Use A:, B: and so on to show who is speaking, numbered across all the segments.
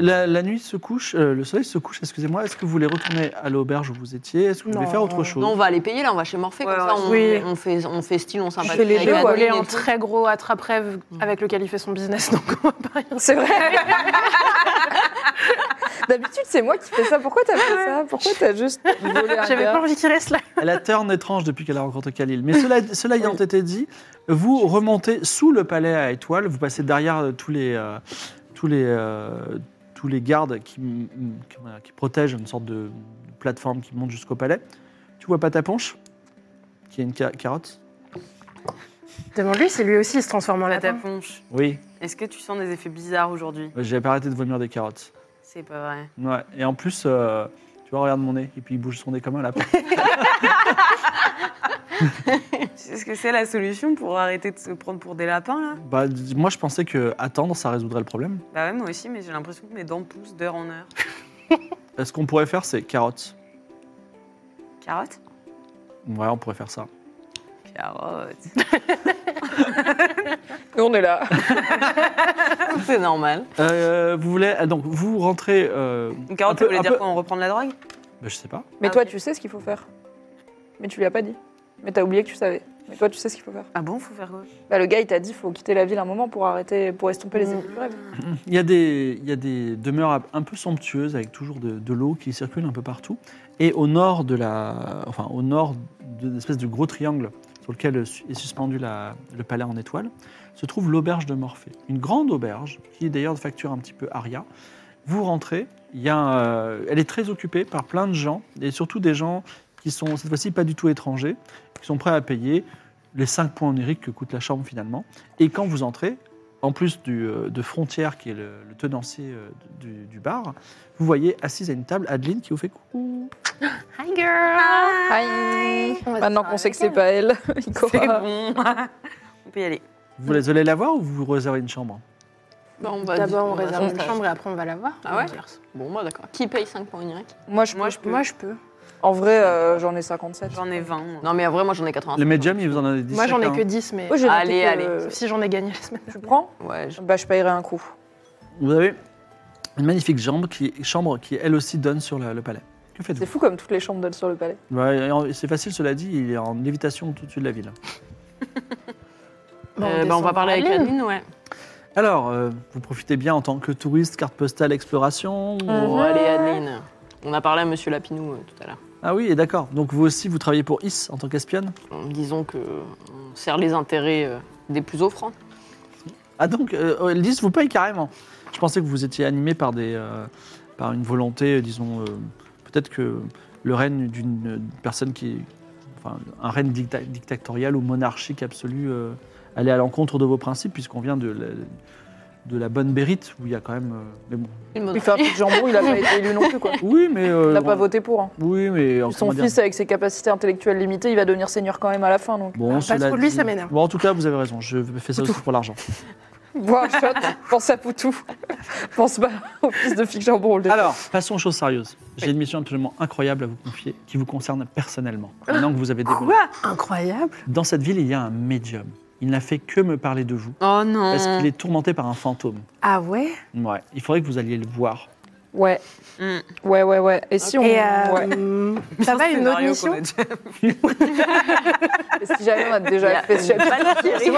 A: La, la nuit se couche, euh, le soleil se couche, excusez-moi. Est-ce que vous voulez retourner à l'auberge où vous étiez Est-ce que vous voulez
B: Non.
A: faire autre chose
C: Non, on va aller payer là, on va chez Morphée,
B: Ouais,
C: comme ça
B: ouais.
C: on,
B: Oui.
C: on fait, on fait style, on
B: Je
C: sympathise
B: fais les
C: avec
B: deux,
C: la
B: ouais.
C: ligne
B: Voler
C: et
B: un
C: tout.
B: très gros attrape-rêve avec lequel il fait son business, donc on va pas rien.
D: C'est vrai. D'habitude, c'est moi qui fais ça. Pourquoi t'as fait ça Pourquoi t'as juste volé un
B: J'avais
D: gars
B: pas envie qu'il reste là.
A: Elle a turn étrange depuis qu'elle a rencontré Khalil. Mais cela, cela ayant été dit, vous remontez sous le palais à étoiles, vous passez derrière euh, tous les, euh, tous les, euh, tous les gardes qui, mm, qui- voilà, qui protègent une sorte de plateforme qui monte jusqu'au palais. Tu vois pas ta ponche Qui est une ca- carotte
B: Demande-lui si lui aussi il se transforme en
E: ta
B: lapin.
E: ponche.
A: Oui,
E: Est-ce que tu sens des effets bizarres aujourd'hui
A: j'avais pas arrêté de vomir des carottes.
E: C'est pas vrai.
A: Ouais. Et en plus, euh, tu vois, regarde mon nez, et puis il bouge son nez comme un lapin.
E: Est-ce que c'est la solution pour arrêter de se prendre pour des lapins là
A: bah, dis- moi, je pensais que attendre, ça résoudrait le problème.
E: Bah ouais, moi aussi, mais j'ai l'impression que mes dents poussent d'heure en heure.
A: Euh, Ce qu'on pourrait faire, c'est carotte.
E: Carotte
A: Ouais, on pourrait faire ça.
E: Carotte.
D: Nous, on est là.
C: C'est normal.
A: Euh, vous voulez ah, donc vous rentrez euh,
E: Une
A: Un
E: carotte,
A: peu-
E: ça voulait
A: un
E: dire
A: peu-
E: quoi On reprend de la drogue
A: bah, je sais pas.
D: Mais
E: Ah,
D: toi,
E: ok.
D: tu sais ce qu'il faut faire. Mais tu lui as pas dit. Mais t'as oublié que tu savais. Mais toi, tu sais ce qu'il faut faire.
E: Ah bon, faut faire quoi
D: Bah, le gars, il t'a dit faut quitter la ville un moment pour arrêter, pour estomper les effets du rêve.
A: Il y a des il y a des demeures un peu somptueuses avec toujours de, de l'eau qui circule un peu partout et au nord de la enfin au nord d'une espèce de gros triangle sur lequel est suspendu la- le palais en étoile se trouve l'auberge de Morphée, une grande auberge qui est d'ailleurs de facture un petit peu aria. Vous rentrez, il y a un, euh, elle est très occupée par plein de gens et surtout des gens qui sont cette fois-ci pas du tout étrangers, qui sont prêts à payer les 5 points oniriques que coûte la chambre finalement. Et quand vous entrez, en plus du, euh, de Frontière, qui est le, le tenancier euh, du, du bar, vous voyez assise à une table Adeline qui vous fait coucou.
B: Hi girl
E: Ah,
D: Aïe
B: On va
D: Maintenant
B: se
D: qu'on
B: faire avec
D: sait que c'est pas elle, il
E: C'est
D: court.
E: bon. On peut y aller.
A: Vous les allez la voir ou vous réservez une chambre
C: Bah, on va-
B: D'abord, on
C: va
B: réserve une
C: s'installer.
B: chambre et après, on va la voir.
C: Ah ouais Bon, moi, d'accord. Qui paye 5 points Y
D: Moi, je
E: Moi,
D: peux.
E: je peux.
B: Moi, je peux.
D: En vrai, euh, j'en ai 57.
E: J'en ai 20. moi.
C: Non, mais en vrai, moi, j'en ai 80.
A: Le médium, il vous en a dit
B: Moi, j'en ai
A: chacun.
B: que 10, mais.
D: Moi, j'ai noté
C: Allez,
D: que-
C: allez.
B: Sauf si j'en ai gagné la semaine
D: Tu prends
C: Ouais, je-
D: Bah, je paierai un coup.
A: Vous avez une magnifique chambre qui, chambre qui elle aussi, donne sur la- le palais. Que
D: C'est
A: faites-vous
D: fou comme toutes les chambres donnent sur le palais.
A: Ouais, et en- C'est facile, cela dit, il est en lévitation tout au-dessus de la ville.
C: Euh, bah, on va parler avec Adeline, ouais.
A: Alors, euh, vous profitez bien en tant que touriste, carte postale, exploration ou-
C: Bon,
B: Mhm.
E: Ah
C: allez, Adeline. On a parlé à Monsieur Lapinou euh, tout à l'heure.
A: Ah oui, et d'accord. Donc vous aussi, vous travaillez pour Is en tant qu'espionne
C: Euh, Disons que on sert les intérêts euh, des plus offrants.
A: Ah donc, euh, Lys vous paye carrément. Je pensais que vous étiez animé par des, euh, par une volonté, euh, disons, euh, peut-être que le règne d'une euh, personne qui, est- enfin, un règne dicta- dictatorial ou monarchique absolu euh, allait à l'encontre de vos principes, puisqu'on vient de la, de la bonne Bérite, où il y a quand même, euh, mais bon.
D: Il fait un petit jambon, il a pas été élu non plus, quoi.
A: Oui, mais
D: Il
A: euh,
D: n'a pas
A: on-
D: voté pour. hein.
A: Oui, mais euh, en
D: Son fils, avec ses capacités intellectuelles limitées, il va devenir seigneur quand même à la fin, donc.
A: Bon,
B: Pas
A: cela
B: trop lui,
A: dit-
B: ça m'énerve.
A: Bon, en tout cas, vous avez raison. Je fais ça aussi pour l'argent.
D: Bois un shot, pense à Poutou. Pense pas au fils de Fig Jambon, on le déteste.
A: Alors, passons aux choses sérieuses. J'ai une mission absolument incroyable à vous confier qui vous concerne personnellement.
C: Ah.
A: Maintenant que vous avez dévoilé.
B: Incroyable
A: Dans cette ville, il y a un médium. Il n'a fait que me parler de vous
E: Oh non.
C: Ah.
A: parce qu'il est tourmenté par un fantôme.
B: Ah ouais
A: Ouais, il faudrait que vous alliez le voir.
D: Ouais,
E: Mm.
D: ouais, ouais, ouais. Hmm. Et si on.
B: Et euh,
D: ouais.
B: hum, ça va, une autre
E: Scénario
B: mission
E: qu'on a déjà-
D: Et si jamais on a
C: Il y
D: déjà
C: a
D: fait ce
C: une
D: chapitre.
C: Valkyrie.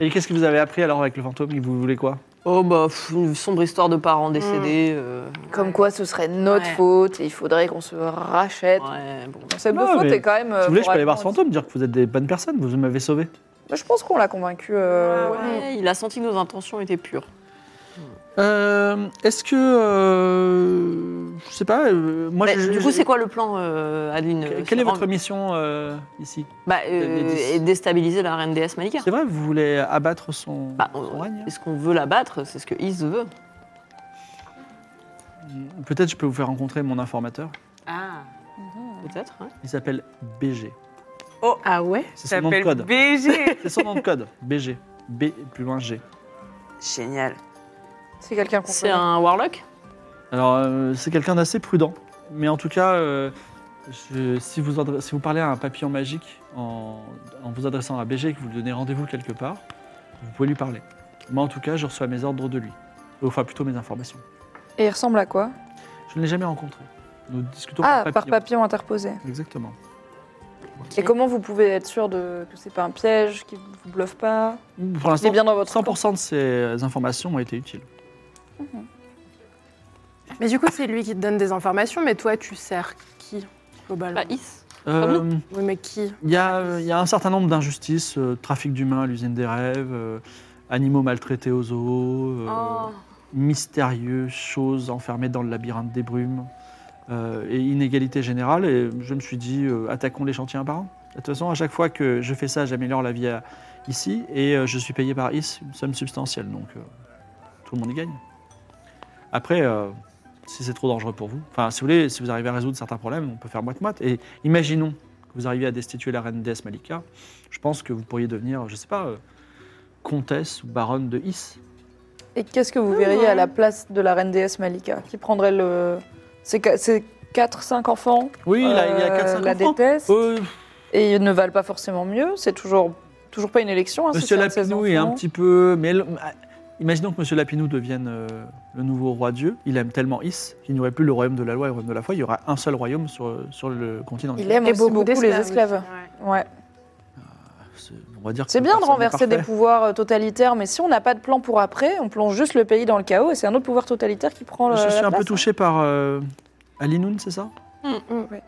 A: Et qu'est-ce que vous avez appris alors avec le fantôme Vous voulez quoi
C: Oh, bah, pff, une sombre histoire de
E: Hmm.
C: parents décédés. euh,
D: Comme quoi, ce serait notre
C: Ouais.
D: faute et il faudrait qu'on se rachète.
C: Ouais, bon.
D: On Cette
A: Non,
D: faute
A: mais
D: est quand même.
C: Euh,
D: euh,
A: Si vous voulez, je peux aller voir ce
D: ce
A: fantôme, dire que vous êtes des bonnes personnes, vous m'avez sauvé.
D: Je pense qu'on l'a convaincu. euh,
C: Ouais, Il a senti que nos intentions étaient pures.
A: Euh, Est-ce que. euh, je sais pas. euh, moi,
C: Bah,
A: je-
C: du coup, c'est quoi le plan, euh, Adeline
A: Que-
C: euh,
A: Quelle est
C: se rend-
A: votre mission euh, ici
C: bah, euh,
A: des- des-
C: et Déstabiliser la reine déesse Malika.
A: C'est vrai, vous voulez abattre son,
C: Bah,
A: son
C: on-
A: règne
C: Est-ce qu'on veut la battre C'est ce que Is veut.
A: Peut-être je peux vous faire rencontrer mon informateur.
C: Ah, peut-être. hein.
A: Il s'appelle BG.
B: Ah ouais
A: C'est son nom de
E: S'appelle
A: code.
E: BG.
A: C'est son nom de code. BG. B plus loin G.
E: Génial.
D: C'est quelqu'un qu'on
C: C'est
D: connaît.
C: un warlock
A: Alors, euh, c'est quelqu'un d'assez prudent. Mais en tout cas, euh, je- si, vous adre- si vous parlez à un papillon magique en, en vous adressant à BG et que vous lui donnez rendez-vous quelque part, vous pouvez lui parler. Moi, en tout cas, je reçois mes ordres de lui. Enfin, plutôt mes informations.
D: Et il ressemble à quoi
A: Je ne l'ai jamais rencontré. Nous discutons par
D: Ah, par
A: papillon.
D: papillon interposé.
A: Exactement.
D: Et comment vous pouvez être sûr de... que c'est pas un piège, qu'il vous bluffe pas
A: Pour
D: Il est
A: l'instant,
D: bien dans votre camp.
A: 100% de ces informations ont été utiles.
B: Mais du coup, c'est lui qui te donne des informations, mais toi, tu sers qui globalement
C: Pas Is.
A: Euh,
B: Oui, mais qui
A: Il y, a euh, il y a un certain nombre d'injustices, euh, trafic d'humains à l'usine des rêves, euh, animaux maltraités aux zoos, euh,
C: Oh.
A: mystérieuses choses enfermées dans le labyrinthe des brumes, euh, et inégalité générale. Et je me suis dit, euh, attaquons les chantiers un par un. De toute façon, à chaque fois que je fais ça, j'améliore la vie à- ici, et euh, je suis payé par IS, une somme substantielle, donc euh, tout le monde y gagne. Après, euh, si c'est trop dangereux pour vous, enfin, si vous voulez, si vous arrivez à résoudre certains problèmes, on peut faire moite-moite. Et imaginons que vous arriviez à destituer la reine déesse Malika, je pense que vous pourriez devenir, je sais pas, euh, comtesse ou baronne de Is.
D: Et qu'est-ce que vous verriez à la place de la reine déesse Malika Qui prendrait le. Ses 4-5 enfants
A: Oui, il a- il y a
D: euh,
A: 4-5
D: La
A: enfants.
D: déteste.
A: Euh,
D: Et ils ne valent pas forcément mieux. C'est toujours, toujours pas une élection. Hein,
A: Monsieur
D: c'est
A: Lapinou est un petit peu. Mais elle- ah, imaginons que Monsieur Lapinou devienne euh, le nouveau roi Dieu. Il aime tellement Is qu'il n'y aurait plus le royaume de la loi et le royaume de la foi. Il y aura un seul royaume sur, sur le continent.
D: Il aime
B: Et
D: aussi beaucoup, les
B: d'esclaves
D: esclaves.
B: aussi, ouais.
D: Ouais.
A: bah, C'est- On va dire que
D: C'est bien de
A: personne n'est
D: renverser des
A: parfait.
D: pouvoirs euh, totalitaires, mais si on n'a pas de plan pour après, on plonge juste le pays dans le chaos et c'est un autre pouvoir totalitaire qui prend le.
A: Je suis
D: la
A: un peu
D: place, hein.
A: touché par euh, Alinoun, c'est ça
D: Mm, ouais.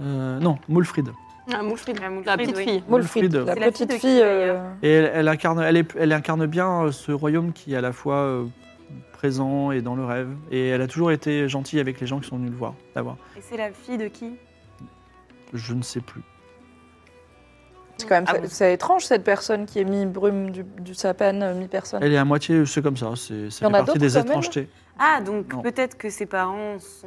A: Euh, Non, Moulfrid.
C: Ah, Moulfrid.
E: La Moulfrid,
C: La petite
E: oui.
C: fille.
D: Wolfrid,
A: Wolfrid.
D: la
E: C'est la
D: petite
E: fille de qui,
D: fille. euh,
E: d'ailleurs
A: Et elle, elle incarne, elle, est- elle incarne bien euh, ce royaume qui est à la fois euh, présent et dans le rêve. Et elle a toujours été gentille avec les gens qui sont venus le voir, d'avoir.
E: Et c'est la fille de qui
A: Je ne sais plus.
D: C'est quand même
E: Ah
D: c'est-
E: bon.
D: c'est étrange cette personne qui est mi-brume du, du sapin, euh, mi-personne.
A: Elle est à moitié, c'est comme ça. C'est, ça
D: Il
A: fait
D: y en a
A: partie
D: d'autres,
A: des
D: quand même hein.
A: étrangetés.
E: Ah, donc
A: Non.
E: peut-être que ses parents sont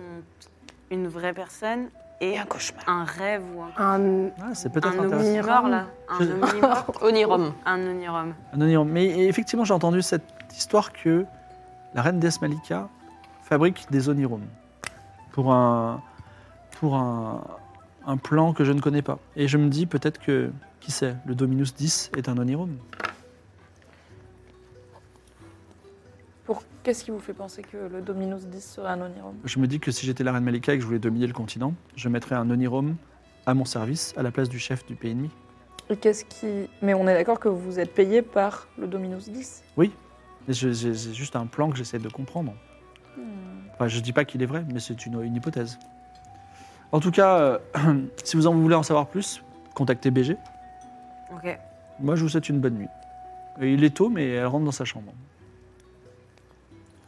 E: une vraie personne et
D: Et un cauchemar.
E: un rêve ou un,
B: Un-
A: Ah, c'est
E: un
A: peut-être intéressant.
E: omnivore, là. Un
A: Je-
E: omnivore.
C: Onirum.
E: un onirome.
A: Un oignon. Mais effectivement, j'ai entendu cette histoire que la reine d'Esmalika fabrique des oniromes pour un pour un, un plan que je ne connais pas. Et je me dis peut-être que qui sait, le Dominus 10 est un onirome.
D: Pour qu'est-ce qui vous fait penser que le Dominus 10 serait un onirome
A: Je me dis que si j'étais la reine Malika et que je voulais dominer le continent, je mettrais un onirome à mon service à la place du chef du pays ennemi.
D: Et qu'est-ce qui Mais on est d'accord que vous êtes payé par le Dominus 10.
A: Et je- je- C'est juste un plan que j'essaie de comprendre. Enfin, je ne dis pas qu'il est vrai, mais c'est une, une hypothèse. En tout cas, euh, si vous en voulez en savoir plus, contactez BG.
E: Ok.
A: Moi, je vous souhaite une bonne nuit. Et il est tôt, mais elle rentre dans sa chambre.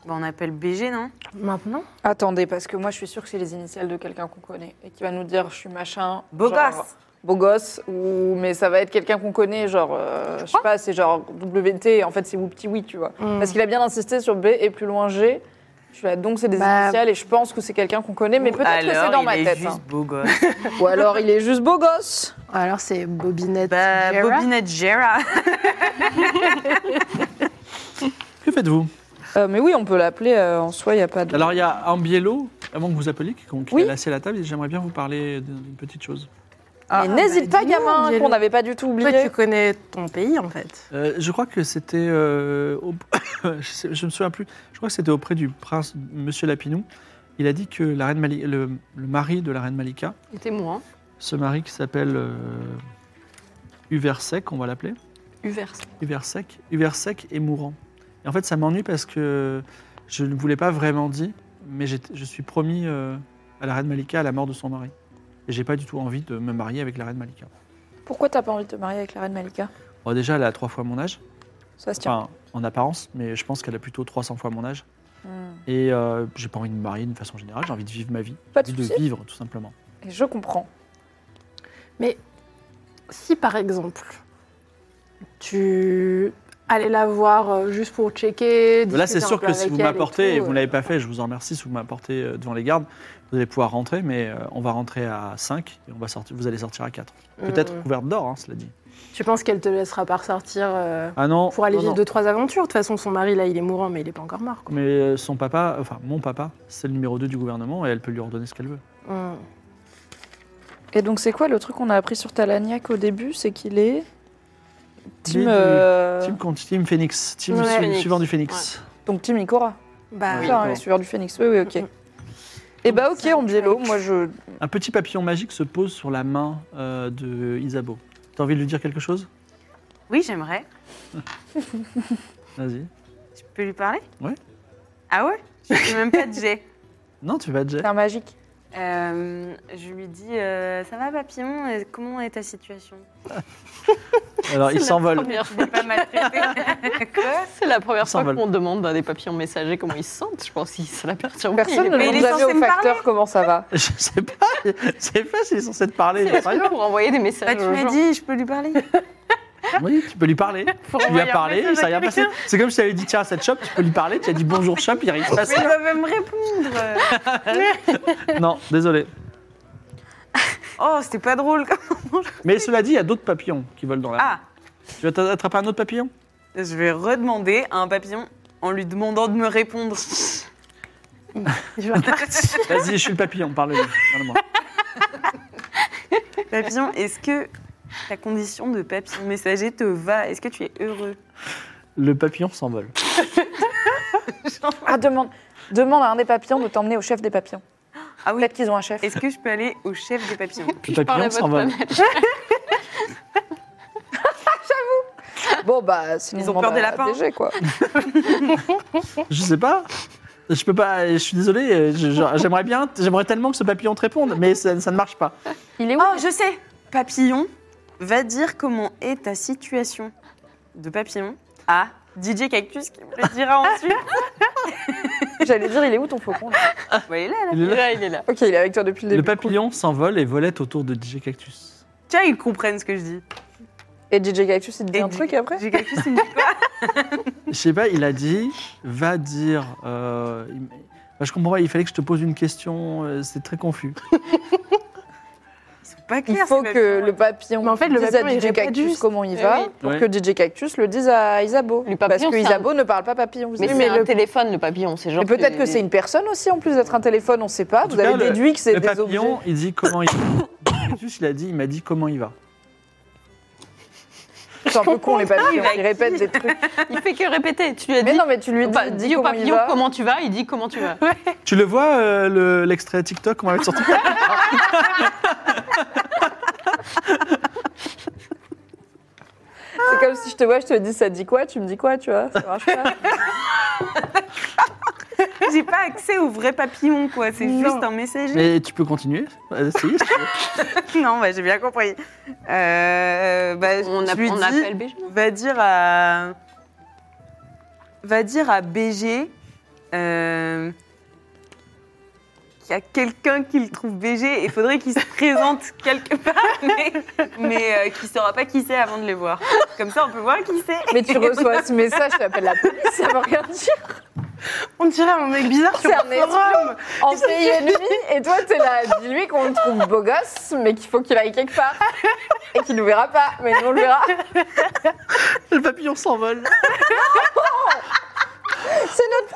E: Bah, on appelle BG, non
B: Maintenant
D: Attendez, parce que moi je suis sûre que c'est les initiales de quelqu'un qu'on connaît et qui va nous dire je suis machin.
E: Beau
D: genre,
E: gosse
D: Beau gosse, ou... mais ça va être quelqu'un qu'on connaît, genre, euh, je Hmm. sais pas, c'est genre WT, en fait c'est Whoopty Oui, tu vois. Parce qu'il a bien insisté sur B et plus loin G. Je suis là, donc c'est des
B: Bah.
D: initiales et je pense que c'est quelqu'un qu'on connaît, mais
E: Ou
D: peut-être que c'est
E: alors,
D: dans ma
E: il est
D: tête.
E: juste
D: hein.
E: beau gosse.
D: Ou alors il est juste beau gosse.
B: Alors c'est Bobinette.
E: bah,
B: Guerra.
E: Bobinette Gera.
A: Que faites-vous
D: Euh, mais oui, on peut l'appeler euh, en soi, il n'y a pas de.
A: Alors, il y a un biello, avant que vous appeliez, qui, qui
D: Oui.
A: est assis à la table, et j'aimerais bien vous parler d'une petite chose.
D: mais n'hésite
B: bah,
D: pas,
B: dis-nous,
D: gamin,
B: Angelo.
D: qu'on n'avait pas du tout
B: Toi,
D: oublié.
B: tu connais ton pays en fait.
A: Euh, je crois que c'était. euh, au- je, sais- je me souviens plus. Je crois que c'était auprès du prince Monsieur Lapinou. Il a dit que la reine Mali- le, le mari de la reine Malika,
C: Il était mourant.
A: ce mari qui s'appelle euh, Uversec, on va l'appeler.
C: Uverse.
A: Uversec. Uversec est mourant. Et en fait, ça m'ennuie parce que je ne voulais pas vraiment dit, mais j'étais- je suis promis euh, à la reine Malika à la mort de son mari. Et j'ai pas du tout envie de me marier avec la reine Malika.
D: Pourquoi t'as pas envie de te marier avec la reine Malika
A: Bon, déjà, elle a trois fois mon âge.
D: Ça se tient.
A: Enfin, en apparence, mais je pense qu'elle a plutôt 300 fois mon âge.
D: Hmm.
A: Et euh, j'ai pas envie de me marier de façon générale, j'ai envie de vivre ma vie.
D: Pas de
A: J'ai envie de
D: souci.
A: vivre, tout simplement.
D: Et je comprends.
B: Si par exemple, tu allais la voir euh, juste pour checker.
A: Là, c'est
B: discuter un
A: sûr
B: peu
A: que si
B: avec
A: vous
B: elle et
A: m'apportez, et
B: tout,
A: vous
B: euh,
A: ne l'avez pas fait, je vous en remercie, si vous m'apportez euh, devant les gardes, vous allez pouvoir rentrer, mais euh, on va rentrer à 5 et on va sortir, vous allez sortir à 4. Peut-être
B: hmm.
A: couverte d'or, hein, cela dit.
B: Tu penses qu'elle te laissera pas ressortir euh,
A: Ah non.
B: pour aller
A: non,
B: vivre
A: non.
B: deux, trois aventures De toute façon, son mari, là, il est mourant, mais il est pas encore mort. quoi.
A: Mais euh, son papa, enfin mon papa, c'est le numéro 2 du gouvernement et elle peut lui ordonner ce qu'elle veut.
B: Hmm.
D: Et donc, c'est quoi le truc qu'on a appris sur Talagnac au début C'est qu'il est. Team.
A: Mais-
D: euh,
A: Team, contre- team Phoenix, team
B: Ouais.
A: su-
C: Phoenix.
A: suivant du Phénix.
D: Donc, Team Ikora.
B: Bah,
D: Ah Oui,
C: Oui,
D: ça,
A: d'accord.
D: les suiveurs du phénix. Oui, oui, ok.
B: Mm,
D: Et bah, ok,
B: Ça,
D: on biello.
B: ouais.
D: Moi, je.
A: Un petit papillon magique se pose sur la main euh, de Isabeau. T'as envie de lui dire quelque chose
E: Oui, j'aimerais.
A: Vas-y.
E: Je peux lui parler
A: Ouais.
E: Ah ouais Je fais même pas de jet.
A: Non, tu vas déjà.
D: C'est un magique.
E: Euh, je lui dis euh, Ça va, papillon euh, Comment est ta situation
B: Ah,
A: Alors il s'envole.
C: Première-
E: Tu n'es pas maltraité Quoi
C: C'est la première fois
A: s'envole.
C: qu'on demande à des papillons messagers comment ils se sentent. Je pense que ça la perturbe.
D: Personne ne
E: Mais
D: demande
E: il est
D: jamais
E: censé
D: au
E: me
D: facteur comment ça va.
A: Je sais pas, je sais pas s'ils sont censés te parler. j'en sais rien.
C: pour envoyer des messages.
E: Bah, Tu
C: aux
E: m'as
C: gens.
E: dit, je peux lui parler.
A: Oui, tu peux lui parler. tu lui
E: envoyer
A: as
E: un
A: parlé,
E: message
A: ça
E: à
A: y a passé.
E: quelqu'un.
A: C'est comme si tu avais dit tiens à cette shop, tu peux lui parler, tu as dit bonjour shop, il arrive pas.
E: Mais il doit même répondre.
A: Non, désolé.
E: Oh, c'était pas drôle.
A: Mais cela dit, il y a d'autres papillons qui volent dans la.
E: Ah,
A: Tu vas t'attraper un autre papillon
E: je vais redemander à un papillon en lui demandant de me répondre.
B: il va-
A: Vas-y, je suis le papillon, parle-lui. Parle-moi.
E: Papillon, est-ce que ta condition de papillon messager te va Est-ce que tu es heureux
A: Le papillon s'envole.
D: Ah, demande. Demande à un des papillons de t'emmener au chef des papillons.
E: Ah oui.
D: Peut-être qu'ils ont un chef.
E: Est-ce que je peux aller au chef des papillons
A: Le
C: Je parle à
A: papillon
C: votre
A: s'envole.
C: planète.
D: Bon, bah, sinon,
E: Ils ont
D: demande
E: peur des
D: à
E: lapins.
D: DG, quoi.
A: Je sais pas. Je peux pas. Je suis désolé. euh, je- je- J'aimerais bien. J'aimerais tellement que ce papillon te réponde, mais ça, ça ne marche pas.
D: Il est où
E: Oh, je sais Papillon va dire comment est ta situation de papillon à DJ Cactus qui me le dira ensuite.
D: J'allais dire, il est où ton faucon là
E: Bah, il est là, là.
A: Il est
C: Il
A: là.
C: est là, il est là.
D: Ok, il est avec toi depuis le
A: Le
D: début.
A: papillon s'envole et volette autour de DJ Cactus.
E: Tiens, ils comprennent ce que je dis.
D: Et DJ Cactus, il te dit
E: Et
D: un
E: DJ
D: truc après
E: DJ Cactus, il me dit quoi
A: Je sais pas. Il a dit. Va dire. euh, il- bah, je comprends pas. Il fallait que je te pose une question. euh, C'est très confus.
E: Ils sont pas
D: Il
E: clairs,
D: faut
E: ces
D: que
E: papillons.
D: le papillon
B: Mais en fait, le
D: dise
B: papillon, il
D: à DJ
B: répond
D: Cactus
B: juste.
D: comment il
C: Eh
D: va,
C: oui.
D: pour
A: Ouais.
D: que DJ Cactus le dise à Isabeau.
C: Le
D: Parce
C: papillon,
D: que
C: c'est un-
D: Isabeau ne parle pas papillon. vous
C: Mais
D: savez.
C: c'est un
D: le-
C: téléphone, le papillon. C'est genre.
D: Et peut-être que c'est une personne aussi, en plus d'être un téléphone, on ne sait pas.
A: En tout
D: Vous avez
A: cas, le-
D: déduit que c'est
A: Le
D: des objets.
A: papillon, il dit comment il. Cactus, il a dit. Il m'a dit comment il va.
D: C'est un peu con les papillons,
E: va
D: ils répètent des trucs.
C: Il fait que répéter. Tu lui as
D: Mais
C: dit.
D: non, mais tu lui dis,
C: Bah,
D: dis
C: dis au
D: comment il
C: papillon
D: va.
C: comment tu vas, il dit comment tu vas.
A: Tu le vois euh, le- l'extrait TikTok qu'on va mettre sur ton.
D: C'est comme si je te vois, je te dis ça dit quoi, tu me dis quoi, tu vois. Ça marche pas.
E: J'ai pas accès au vrai papillon, quoi. C'est
A: Non.
E: juste un messager.
A: Mais tu peux continuer. euh, essayer, si tu veux.
E: Non, bah, j'ai bien compris. Euh, bah,
C: On,
E: je
C: app-
E: lui
C: on
E: dis,
C: appelle BG.
E: va dire à... Va dire à BG... euh, qu'il y a quelqu'un qui le trouve BG et faudrait qu'il se présente quelque part, mais, mais euh, qu'il saura pas qui c'est avant de le voir. Comme ça, on peut voir qui c'est.
D: Mais tu reçois ce message, tu appelles la police, ça veut rien dire.
E: On dirait un mec bizarre
D: C'est un espion en pays ennemi, et toi t'es là, dis-lui qu'on le trouve beau gosse, mais qu'il faut qu'il aille quelque part. Et qu'il nous verra pas, mais nous on le verra.
A: Le papillon s'envole.
D: C'est notre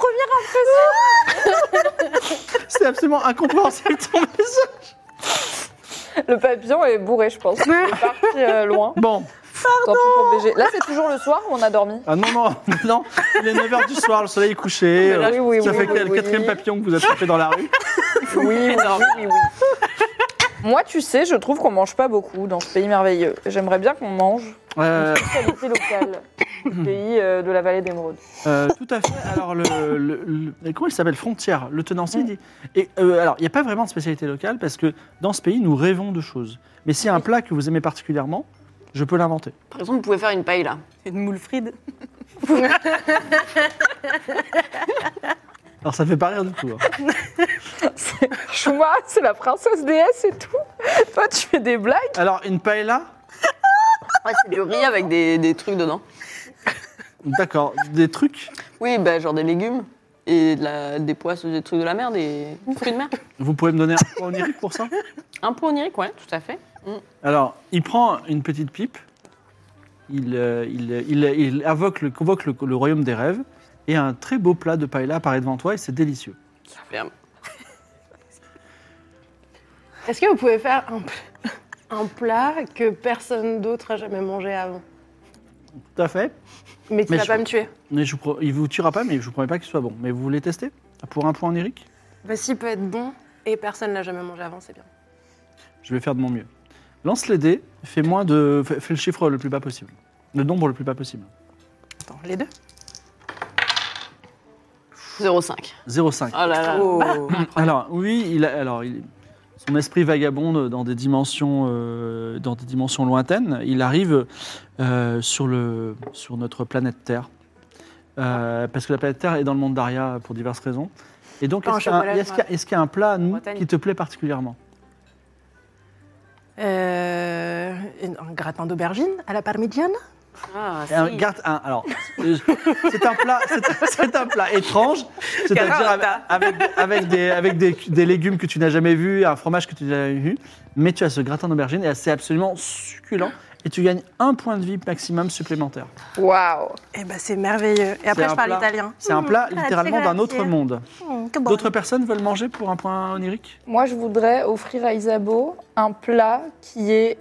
D: première impression.
A: C'est absolument incompréhensible ton message.
D: Le papillon est bourré, je pense. Il est parti euh, loin.
A: Bon,
D: Tant pis pour BG. Là, c'est toujours le soir où on a dormi.
A: ah non, non, non, il est 9h du soir, le soleil est couché.
D: Mais là,
A: euh,
D: oui, oui,
A: ça
D: oui,
A: fait
D: oui,
A: le
D: oui.
A: quatrième papillon que vous attrapez dans la rue.
D: Oui, oui, oui, oui. Moi, tu sais, je trouve qu'on mange pas beaucoup dans ce pays merveilleux. J'aimerais bien qu'on mange
A: Euh,
D: qualité locale, pays euh, de la vallée d'Émeraude.
A: euh, tout à fait. Alors, le, le- le- comment il s'appelle Frontière, le tenancier dit. Et euh, alors, il n'y a pas vraiment de spécialité locale parce que dans ce pays, nous rêvons de choses. Mais s'il y a un plat que vous aimez particulièrement, je peux l'inventer.
C: Par exemple, vous pouvez faire une paille là.
E: Une moule fride.
A: Alors ça fait pas rire du tout. hein.
D: C'est- Chouma, c'est la princesse déesse et tout. Toi, tu fais des blagues.
A: Alors une paella,
C: Ouais, c'est du riz avec des, des trucs dedans.
A: d'accord, des trucs.
C: Oui, bah, genre des légumes et de la- des poissons, des trucs de la mer, des fruits de mer.
A: Vous pouvez me donner un point onirique pour ça
C: Un peu onirique, ouais, tout à fait.
A: Alors, il prend une petite pipe, il, euh, il, euh, il, euh, il invoque le- convoque le, le royaume des rêves, et un très beau plat de paella apparaît devant toi, et c'est délicieux.
C: Superbe.
B: Est-ce que vous pouvez faire un, pl- un plat que personne d'autre a jamais mangé avant
A: Tout à fait.
B: Mais qui
A: Mais
B: va
A: je-
B: pas me tuer.
A: Mais je vous pro- il vous tuera pas, mais je vous promets pas qu'il soit bon. Mais vous voulez tester Pour un point onirique
B: Bah, s'il peut être bon et personne l'a jamais mangé avant, c'est bien.
A: Je vais faire de mon mieux. Lance les dés, fais, moins de, fais fais le chiffre le plus bas possible. Le nombre le plus bas possible.
B: Attends, les deux
C: 0,5.
A: 0,5.
C: Oh là là.
B: Bah,
A: Alors oui, il a- alors il- son esprit vagabonde dans des dimensions, euh, dans des dimensions lointaines. Il arrive euh, sur le sur notre planète Terre, Euh, parce que la planète Terre est dans le monde d'Aria pour diverses raisons. Et donc,
B: Pas
A: est-ce
B: en
A: qu'il y a un-
B: chocolat,
A: est-ce qu'il y, a- est-ce qu'il y a un plat nous,
E: Bretagne.
A: qui te plaît particulièrement
B: Euh, un gratin d'aubergine à la parmigiana
E: Ah,
A: Un- Garde un. Alors, euh, c'est un plat, c'est un- c'est un plat étrange, c'est-à-dire avec,
E: Carotta.
A: avec, avec des, avec des, des légumes que tu n'as jamais vus, un fromage que tu n'as jamais vu, mais tu as ce gratin d'aubergine et c'est absolument succulent et tu gagnes un point de vie maximum supplémentaire.
D: Waouh.
B: Eh ben, c'est merveilleux. Et après,
A: un
B: je parle
A: plat.
B: italien.
A: C'est un
B: ah,
A: plat littéralement d'un autre
B: grazie.
A: monde.
B: Mmh, que bon.
A: D'autres personnes veulent manger pour un point onirique
D: Moi, je voudrais offrir à Isabeau un plat qui est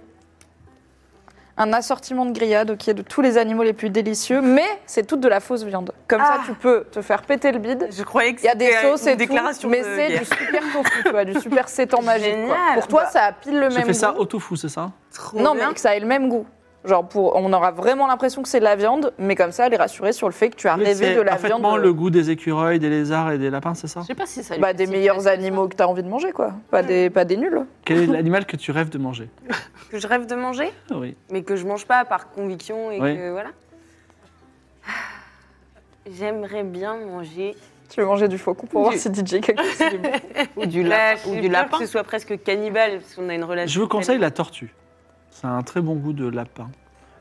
D: un assortiment de grillades qui est de tous les animaux les plus délicieux, mais c'est toute de la fausse viande. Comme ça,
E: Ah.
D: tu peux te faire péter le bide.
E: Je croyais que
D: Il y a des
E: c'était, euh,
D: sauces
E: une
D: et tout,
E: déclaration
D: mais
E: de
D: c'est
E: guerre.
D: du super tofu, tu vois, du super sétan magique. quoi.
E: Génial.
D: Pour toi,
E: Bah,
D: ça a pile le
A: J'ai
D: même
A: fait
D: goût.
A: ça au tofu, c'est ça
E: Trop
D: Non,
E: bien.
D: mais que ça ait le même goût. Genre, pour, on aura vraiment l'impression que c'est de la viande, mais comme ça, elle est rassurée sur le fait que tu as
A: Oui,
D: rêvé
A: C'est
D: de la viande. euh,
A: parfaitement le goût des écureuils, des lézards et des lapins, c'est ça
C: Je sais pas si ça lui
D: bah, des
C: si-
D: meilleurs animaux que tu as envie de manger, quoi. Pas des, pas des nuls.
A: Quel est l'animal que tu rêves de manger
E: que je rêve de manger,
A: Oui.
E: mais que je mange pas par conviction et
A: Oui.
E: que voilà. Ah, J'aimerais bien manger.
D: Tu veux manger du faucon pour voir
E: Du-
D: si DJ Cactus il est bon.
C: Ou du
E: Là,
C: lapin. Ou
E: j'ai
C: du
E: peur
C: lapin.
E: Que ce soit presque cannibale parce qu'on a une relation.
A: Je vous conseille la tortue. C'est un très bon goût de lapin.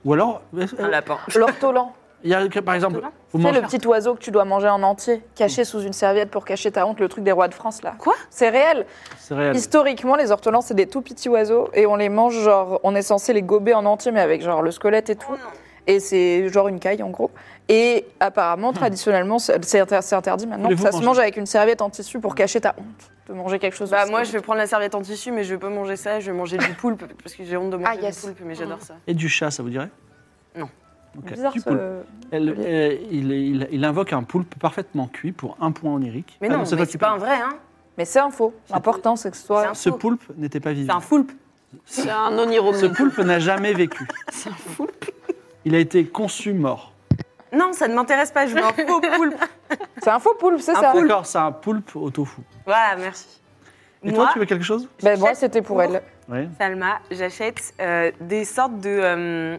A: Ou alors,
E: Un lapin.
D: L'ortolan,
A: il y a que, par exemple, vous
D: tu sais,
A: mangez.
D: le petit oiseau que tu dois manger en entier, caché sous une serviette pour cacher ta honte, le truc des rois de France, là.
E: Quoi
D: C'est réel.
A: C'est réel.
D: Historiquement, les ortolans, c'est des tout petits oiseaux et on les mange, genre, on est censé les gober en entier, mais avec genre le squelette et tout. Et c'est genre une caille, en gros. Et apparemment, traditionnellement, c'est c'est inter- c'est interdit maintenant.
A: Voulez-vous
D: Ça se
A: manger
D: mange avec une serviette en tissu pour cacher ta honte de manger quelque chose.
E: Bah
D: aussi.
E: moi je vais prendre la serviette en tissu mais je vais pas manger ça, je vais manger du poulpe parce que j'ai honte de manger
D: Ah, yes.
E: du poulpe mais j'adore ça.
A: Et du chat, ça vous dirait
E: Non.
A: Ok.
D: Bizarre, euh,
A: Du
D: ce-
A: poulpe. Elle-
D: joli.
A: elle- il, il- il invoque un poulpe parfaitement cuit pour un point onirique.
E: Mais
A: Ah
E: non,
A: c'est
E: mais
A: toi
E: c'est
A: qui
E: pas un
A: parles.
E: vrai hein.
D: Mais c'est un faux. L'important, c'est que ce soit.
E: C'est un
A: Ce
E: faux.
A: poulpe n'était pas
E: C'est
A: vivant.
E: un poulpe.
C: C'est un oniromne.
A: Ce poulpe n'a jamais vécu.
C: C'est un fou.
A: Il a été conçu mort.
E: Non, ça ne m'intéresse pas, je veux un faux poulpe.
D: C'est un faux poulpe, c'est ça.
A: D'accord, c'est un poulpe au tofu.
E: Voilà, merci.
A: Et
E: moi,
A: toi, tu veux quelque chose
D: Ben, moi, c'était pour elle.
A: Oui.
E: Salma, j'achète euh, des sortes de euh,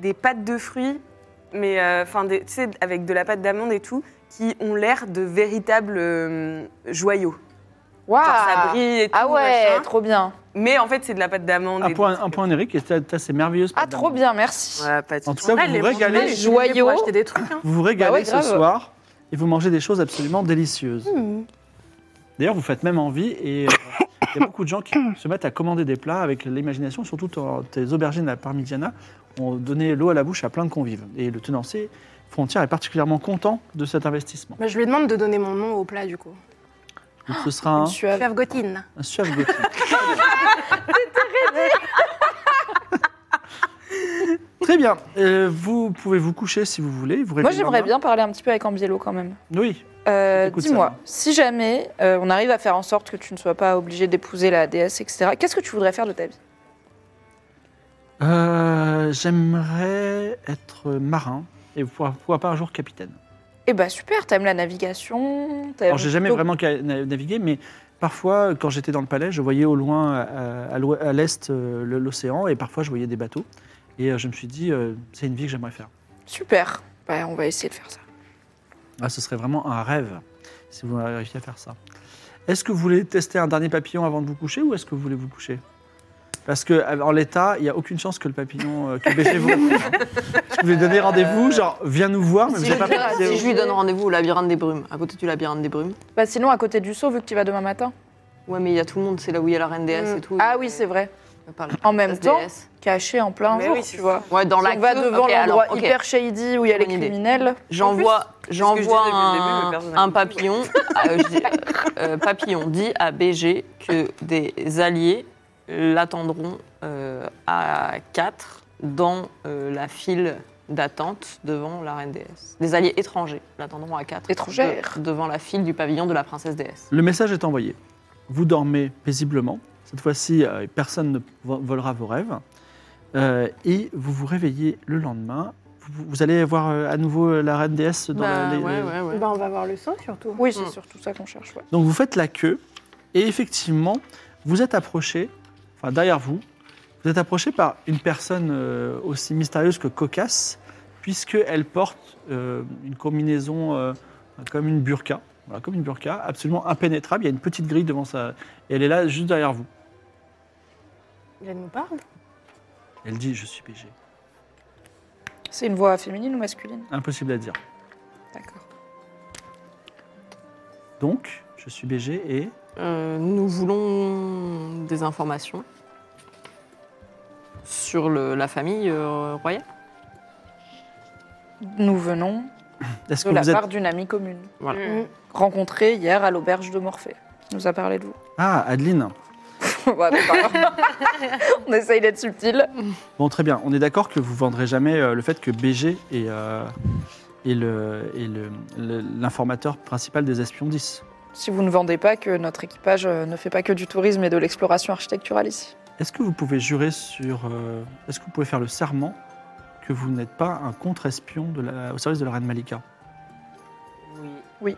E: des pâtes de fruits mais euh, enfin des- tu sais avec de la pâte d'amande et tout qui ont l'air de véritables euh, joyaux.
D: Waouh
E: Genre, ça brille et tout.
D: Ah ouais,
E: machin.
D: trop bien.
E: Mais en Eric, c'est de la pâte d'amande.
A: Un
E: et
A: point,
E: des-
A: un point onirique et t'as t'as ces merveilleuses
D: Ah,
A: pâtes
D: trop
A: d'amandes.
D: bien, merci.
E: euh, Ouais, pas de
A: En tout
E: soucis.
A: cas,
B: Ah,
A: vous
B: les
A: vous régalez,
B: Mandales, je voulais
D: joyaux.
B: pour acheter des trucs. hein.
A: vous vous régalez
D: Bah ouais, grave. Hmm.
A: ce soir et vous mangez des choses absolument délicieuses.
B: Mmh.
A: D'ailleurs, vous faites même envie et euh, il y a beaucoup de gens qui se mettent à commander des plats avec l'imagination, surtout ton- tes aubergines à la parmigiana ont donné l'eau à la bouche à plein de convives. Et le tenancier frontière est particulièrement content de cet investissement.
B: Bah, je lui demande de donner mon nom au plat, du coup.
A: Donc, ce sera un,
D: Tu as-
B: Chef Gotine.
A: un suave gothique. Très bien. Euh, vous pouvez vous coucher si vous voulez. Vous
D: Moi,
A: réveillez le
D: j'aimerais
A: lendemain.
D: bien parler un petit peu avec Ambiello quand même.
A: Oui.
D: Euh,
A: Écoute,
D: Dis-moi,
A: Sarah.
D: si jamais euh, on arrive à faire en sorte que tu ne sois pas obligé d'épouser la déesse, etc., qu'est-ce que tu voudrais faire de ta vie
A: Euh, j'aimerais être marin et pourquoi, pourquoi pas un jour capitaine.
D: Eh bah super, t'aimes la navigation
C: Euh,
D: t'aimes-
A: Alors, j'ai jamais
D: Donc,
A: vraiment ca- na- navigué, mais parfois, quand j'étais dans le palais, je voyais au loin, à, à l'ou- à l'est, euh, le- l'océan, et parfois, je voyais des bateaux. Et euh, je me suis dit, euh, c'est une vie que j'aimerais faire.
D: Ben, Super, bah, on va essayer de faire ça.
A: Ah, ce serait vraiment un rêve. si vous arrivez à faire ça. Est-ce que vous voulez tester un dernier papillon avant de vous coucher ou est-ce que vous voulez vous coucher Parce que euh, en l'état, il n'y a aucune chance que le papillon, euh, que le BG vous. hein. Je vous ai donné rendez-vous, genre viens nous voir, mais vous
C: Si,
A: n'avez pas
C: je,
A: passé.
C: si je lui donne rendez-vous au labyrinthe des brumes, à côté du labyrinthe des brumes.
D: Bah, sinon, à côté du saut, vu que tu y vas demain matin.
C: Ouais, mais il y a tout le monde, c'est là où il y a la reine déesse
B: Mm.
C: et tout.
D: Ah oui, c'est vrai.
C: Par la
D: En même
C: princesse
D: temps,
C: déesse.
D: Caché en plein
E: Mais
D: jour,
E: oui, c'est
D: tu vois.
C: Ouais, dans
D: On
C: la
D: va
C: queue.
D: devant
C: Ok,
D: l'endroit
C: alors, ok.
D: hyper shady où il y a les
C: Bonne idée.
D: criminels.
C: J'envoie,
E: ce que je
C: j'envoie
E: disais depuis le début,
C: un,
E: mais personne n'a
C: un
E: compris.
C: papillon. à- je dis- euh, papillon dit à BG que des alliés l'attendront euh, à 4 dans euh, la file d'attente devant la reine déesse. Des alliés étrangers l'attendront à 4
D: Étrangères.
C: devant la file du pavillon de la princesse déesse.
A: Le message est envoyé. Vous dormez paisiblement. Cette fois-ci, euh, personne ne vo- volera vos rêves. Euh, et vous vous réveillez le lendemain. Vous, vous allez voir euh, à nouveau euh, la reine déesse dans la-
C: Bah,
A: les-
C: ouais,
A: les-
C: ouais, ouais.
B: Bah, on va voir le sang surtout.
D: Oui, c'est
C: Mm.
D: surtout ça qu'on cherche. ouais.
A: Donc vous faites la queue. Et effectivement, vous êtes approché, enfin derrière vous, vous êtes approché par une personne euh, aussi mystérieuse que cocasse, puisqu'elle porte euh, une combinaison euh, comme une burqa. Voilà, comme une burqa, absolument impénétrable. Il y a une petite grille devant sa. Et elle est là juste derrière vous.
B: Elle nous parle.
A: Elle dit Je suis PG.
D: C'est une voix féminine ou masculine
A: Impossible à dire.
D: D'accord.
A: Donc, je suis BG et
C: Euh, nous voulons des informations sur le- la famille euh, royale.
D: Nous venons
A: est-ce
D: de
A: que
D: la
A: vous êtes
D: part d'une amie commune,
C: Voilà.
B: Mm.
D: rencontrée hier à l'auberge de Morphée, qui nous a parlé de vous.
A: Ah, Adeline.
D: Ouais, d'accord. On essaye d'être subtil.
A: Bon, très bien. On est d'accord que vous vendrez jamais euh, le fait que BG est, euh, est le est le- le- l'informateur principal des espions 10.
D: Si vous ne vendez pas, que notre équipage euh, ne fait pas que du tourisme et de l'exploration architecturale ici.
A: Est-ce que vous pouvez jurer sur euh, est-ce que vous pouvez faire le serment que vous n'êtes pas un contre-espion de la- au service de la reine Malika
C: Oui.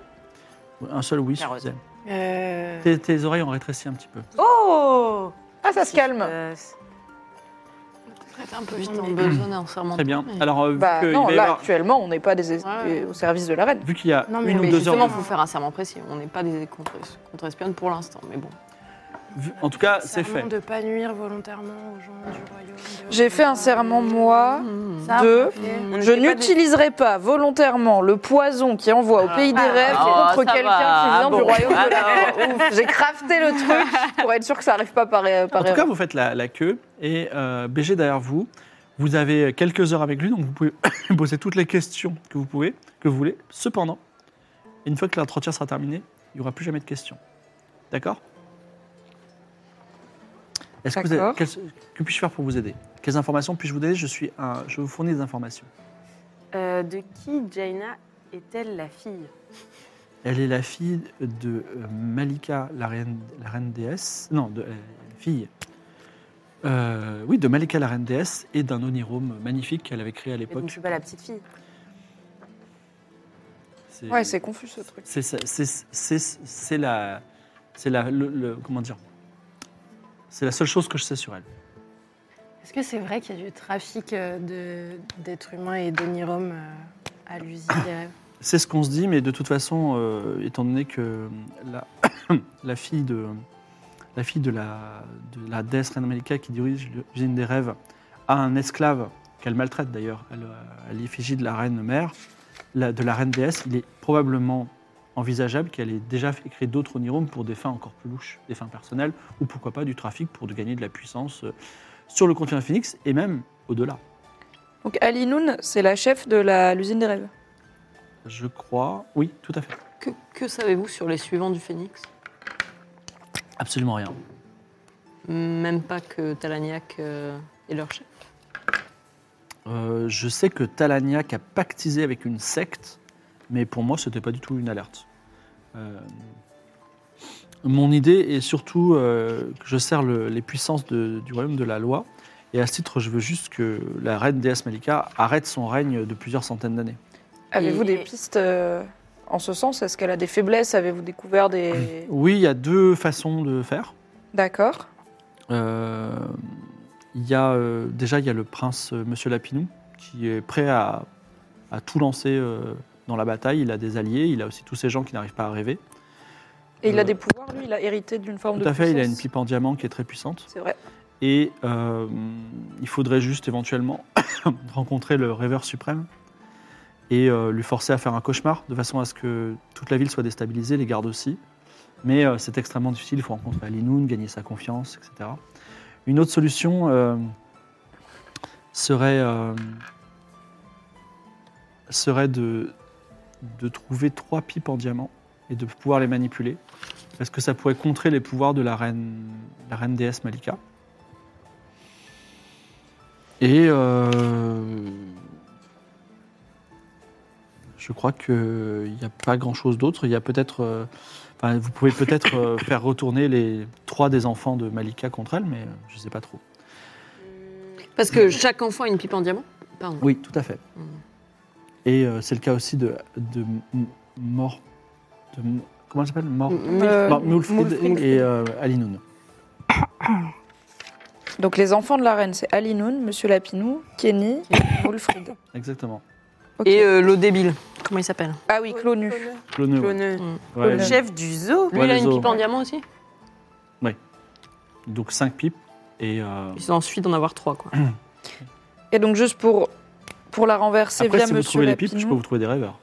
A: Un seul oui
C: Carotte.
A: suffisait.
B: Euh,
A: Tes, tes oreilles ont rétréci un petit peu.
E: Oh
D: Ah, ça se calme
E: Euh,
C: Peut-être un peu vite
B: Non,
C: en
B: mais-
C: besoin d'un serment.
A: Très bien.
C: Mais-
A: Alors, euh,
D: Bah
A: vu qu'il
D: non,
A: va y
D: là
A: avoir-
D: actuellement, on n'est pas des es-
C: Ouais.
D: des- au service de la reine.
A: vu qu'il y a
B: Non, mais-
A: une ou
C: Mais
A: deux heures
C: justement,
A: de
C: il faut faire un serment précis. On n'est pas des contre- contre-espionnes pour l'instant, mais bon.
A: vu- En tout cas, c'est
B: serment
A: fait.
B: de pas nuire volontairement aux gens du royaume. de-
D: J'ai fait un serment, moi,
C: Hmm. Ah.
B: Ça,
D: de-
B: on fait.
E: on
D: Je
E: n'était pas des-
D: n'utiliserai pas volontairement le poison qui envoie au pays des
B: Ah,
D: rêves
C: ah,
D: contre
C: ça
D: quelqu'un
C: va,
D: qui
C: ah
D: vient du
C: bon.
D: royaume de la
C: Ah,
D: reine. Ouf, J'ai crafté le truc pour être sûr que ça arrive pas par, par
A: En tout cas,
D: erreur.
A: vous faites la, la queue et euh, BG derrière vous. Vous avez euh, quelques heures avec lui, donc vous pouvez poser toutes les questions que vous pouvez, que vous voulez. Cependant, une fois que l'entretien sera terminé, il n'y aura plus jamais de questions. D'accord Est-ce que, vous avez-
D: D'accord.
A: quelles- que puis-je faire pour vous aider Quelles informations puis-je vous donner Je suis un- je vous fournis des informations.
E: Euh, de qui Jaina est-elle la fille
A: Elle est la fille de euh, Malika, la reine, la reine déesse. Non, de euh, fille. Euh, oui, de Malika, la reine déesse, et d'un onirome magnifique qu'elle avait créé à
E: Mais donc, je
A: l'époque.
E: suis pas la petite fille.
A: C'est-
D: Ouais, c'est confus ce truc.
A: c'est ça- c'est- c'est- c'est la, c'est la, le, le- comment dire C'est la seule chose que je sais sur elle.
B: Est-ce que c'est vrai qu'il y a du trafic euh, de- d'êtres humains et d'onirum euh, à l'usine des rêves
A: C'est ce qu'on se dit, mais de toute façon, euh, étant donné que la, la fille de la fille de la, de la déesse Reine Malika qui dirige l'usine des rêves a un esclave qu'elle maltraite d'ailleurs euh, à l'- à l'effigie de la reine mère, la- de la reine déesse, il est probablement envisageable qu'elle ait déjà fait- créé d'autres onirômes pour des fins encore plus louches, des fins personnelles, ou pourquoi pas du trafic pour de gagner de la puissance euh, sur le continent Phoenix et même au-delà.
D: Donc Ali Noun, c'est la chef de la- l'usine des rêves.
A: Je crois, oui, tout à fait.
C: Que, que savez-vous sur les suivants du phénix
A: Absolument rien.
C: Même pas que Talaniac euh, est leur chef.
A: Euh, je sais que Talaniac a pactisé avec une secte, mais pour moi, ce n'était pas du tout une alerte. Euh, mon idée est surtout euh, que je sers le- les puissances de- du royaume de la loi, et à ce titre, je veux juste que la reine déesse Malika arrête son règne de plusieurs centaines d'années.
D: Avez-vous
C: Et-
D: des pistes euh, en ce sens Est-ce qu'elle a des faiblesses Avez-vous découvert des...
A: Oui, il y a deux façons de faire.
D: D'accord.
A: Euh, il y a, euh, déjà, il y a le prince euh, Monsieur Lapinou, qui est prêt à, à tout lancer euh, dans la bataille, il a des alliés, il a aussi tous ces gens qui n'arrivent pas à rêver.
D: Et il a
A: Euh,
D: des pouvoirs, lui, il a hérité d'une forme de
A: Tout à fait, il a une
D: puissance.
A: pipe en diamant qui est très puissante.
D: C'est vrai.
A: Et euh, il faudrait juste éventuellement rencontrer le rêveur suprême et euh, lui forcer à faire un cauchemar de façon à ce que toute la ville soit déstabilisée, les gardes aussi. Mais euh, c'est extrêmement difficile, il faut rencontrer Alinoun, gagner sa confiance, etc. Une autre solution euh, serait, euh, serait de, de trouver trois pipes en diamant et de pouvoir les manipuler. Parce que ça pourrait contrer les pouvoirs de la reine, la reine déesse Malika. Et euh, je crois qu'il n'y a pas grand-chose d'autre. Il y a peut-être, euh, enfin, vous pouvez peut-être euh, faire retourner les trois des enfants de Malika contre elle, mais euh, je ne sais pas trop.
C: Parce que chaque enfant a une pipe en diamant Pardon.
A: Oui, tout à fait.
C: Mm.
A: Et euh, c'est le cas aussi de, de M- M- Mor, de M- comment elle s'appelle Mor,
C: Mm,
D: Euh,
A: Mor- Mulfrid
D: Mulfrid.
A: et euh, Alinoun.
D: Donc les enfants de la reine, c'est Alinoun, Monsieur Lapinou, Kenny, Wolfried.
A: Exactement.
D: Ok.
C: Et euh, le débile, comment il s'appelle
D: ah oui, Clonu.
A: Cloneux, ouais.
E: Cloneux.
A: Ouais,
E: Le chef du zoo.
C: Lui,
A: Ouais,
C: il a
A: les
C: une
A: os.
C: pipe en diamant aussi
A: Donc 5 pipes. Et euh,
C: Il ensuite d'en avoir trois, quoi.
D: Et donc juste pour, pour la renverser
A: après,
D: via
A: si vous
D: Monsieur
A: trouvez les
D: Lapinou,
A: pipes, je peux vous trouver des rêveurs.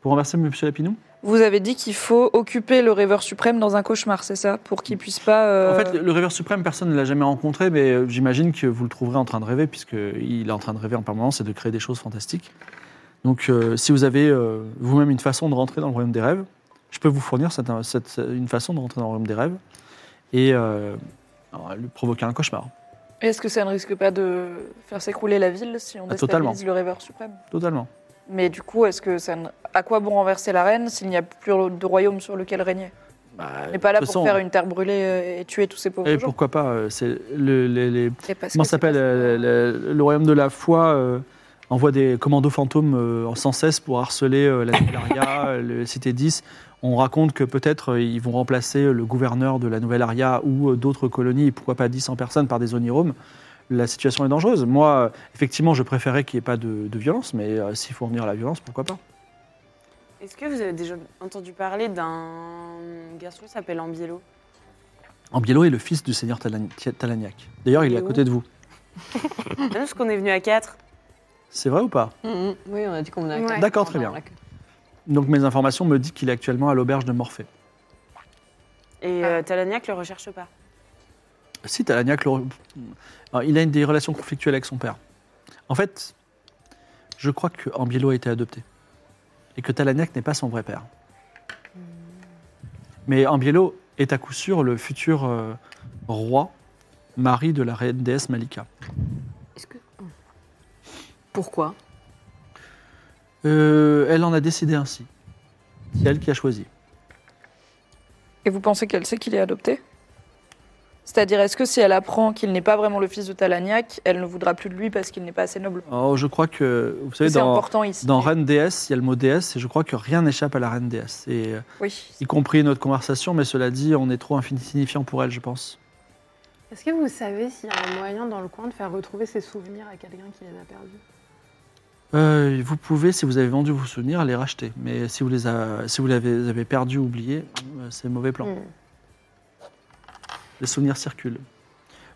A: Pour renverser Monsieur Lapinou
D: vous avez dit qu'il faut occuper le rêveur suprême dans un cauchemar, c'est ça Pour qu'il puisse pas... euh,
A: En fait, le rêveur suprême, personne ne l'a jamais rencontré, mais euh, j'imagine que vous le trouverez en train de rêver, puisqu'il est en train de rêver en permanence et de créer des choses fantastiques. Donc, euh, si vous avez euh, vous-même une façon de rentrer dans le royaume des rêves, je peux vous fournir cette- cette- une façon de rentrer dans le royaume des rêves et euh, alors, lui provoquer un cauchemar,
D: Est-ce que ça ne risque pas de faire s'écrouler la ville si on
A: Ah,
D: déstabilise
A: totalement.
D: le rêveur suprême
A: totalement.
D: Mais du coup, est-ce que ça ne- à quoi bon renverser la reine s'il n'y a plus de royaume sur lequel régner On n'est pas
A: Bah, de
D: là pour
A: toute façon,
D: faire une terre brûlée euh, et tuer tous ces pauvres
A: Et
D: gens.
A: pourquoi pas euh, C'est le, les- les-
D: Et parce
A: Comment
D: que
A: ça s'appelle
D: c'est
A: euh, le, le royaume de la foi euh, envoie des commandos fantômes euh, sans cesse pour harceler euh, la Nouvelle-Aria, euh, le Cité 10. On raconte que peut-être euh, ils vont remplacer le gouverneur de la Nouvelle-Aria ou euh, d'autres colonies, et pourquoi pas 10 en personnes, par des oniromes. La situation est dangereuse. Moi, euh, effectivement, je préférais qu'il n'y ait pas de, de violence, mais euh, s'il faut revenir à la violence, pourquoi pas
E: Est-ce que vous avez déjà entendu parler d'un garçon qui s'appelle Ambiello
A: Ambiello est le fils du seigneur Talan- Tia- Talagnac. D'ailleurs, il est à
E: Et où
A: côté de vous.
E: Ah Non, parce qu'on est venu à quatre.
A: C'est vrai ou pas
C: Mm, mm. Oui, on a dit qu'on venait à
B: Ouais.
C: quatre.
A: D'accord, très bien. Donc mes informations me disent qu'il est actuellement à l'auberge de Morphée.
E: Et
D: Ah.
E: euh, Talagnac le recherche pas.
A: Si, Talagnac, le- Alors, il a une des relations conflictuelles avec son père. En fait, je crois que Ambiello a été adopté. Et que Talagnac n'est pas son vrai père. Mais Ambiello est à coup sûr le futur euh, roi, mari de la reine déesse Malika.
C: Est-ce que... Oh. Pourquoi
A: Euh, elle en a décidé ainsi. C'est elle qui a choisi.
D: Et vous pensez qu'elle sait qu'il est adopté C'est-à-dire, est-ce que si elle apprend qu'il n'est pas vraiment le fils de Talagnac, elle ne voudra plus de lui parce qu'il n'est pas assez noble
A: Oh, je crois que, vous savez,
D: C'est
A: dans,
D: important ici.
A: dans Reine déesse, il y a le mot déesse, et je crois que rien n'échappe à la reine déesse. Et euh,
D: Oui.
A: y compris notre conversation, mais cela dit, on est trop insignifiant pour elle, je pense.
B: Est-ce que vous savez s'il y a un moyen dans le coin de faire retrouver ses souvenirs à quelqu'un qui les a perdus
A: Euh, vous pouvez, si vous avez vendu vos souvenirs, les racheter, mais si vous les a- si vous l'avez- les avez perdus, oubliés, euh, c'est mauvais plan.
B: Hmm.
A: Les souvenirs circulent.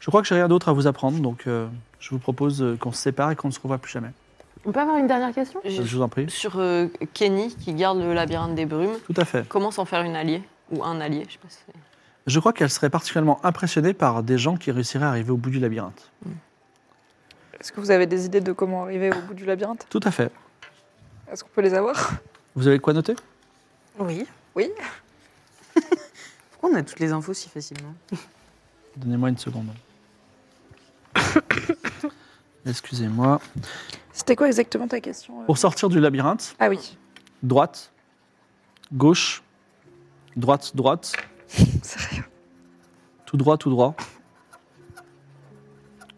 A: Je crois que j'ai rien d'autre à vous apprendre, donc euh, je vous propose euh, qu'on se sépare et qu'on ne se revoie plus jamais.
B: On peut avoir une dernière question
A: Je vous en prie.
C: Sur euh, Kenny, qui garde le labyrinthe des brumes,
A: Tout à fait.
C: comment s'en faire une alliée Ou un allié, je sais pas si c'est-
A: Je crois qu'elle serait particulièrement impressionnée par des gens qui réussiraient à arriver au bout du labyrinthe.
D: Est-ce que vous avez des idées de comment arriver au bout du labyrinthe
A: Tout à fait.
D: Est-ce qu'on peut les avoir
A: Vous avez de quoi noter
E: Oui.
D: Oui.
E: Pourquoi on a toutes les infos si facilement
A: Donnez-moi une seconde. Excusez-moi.
D: C'était quoi exactement ta question euh
A: Pour sortir du labyrinthe,
D: Ah oui,
A: droite, gauche, droite, droite,
D: sérieux.
A: tout droit, tout droit,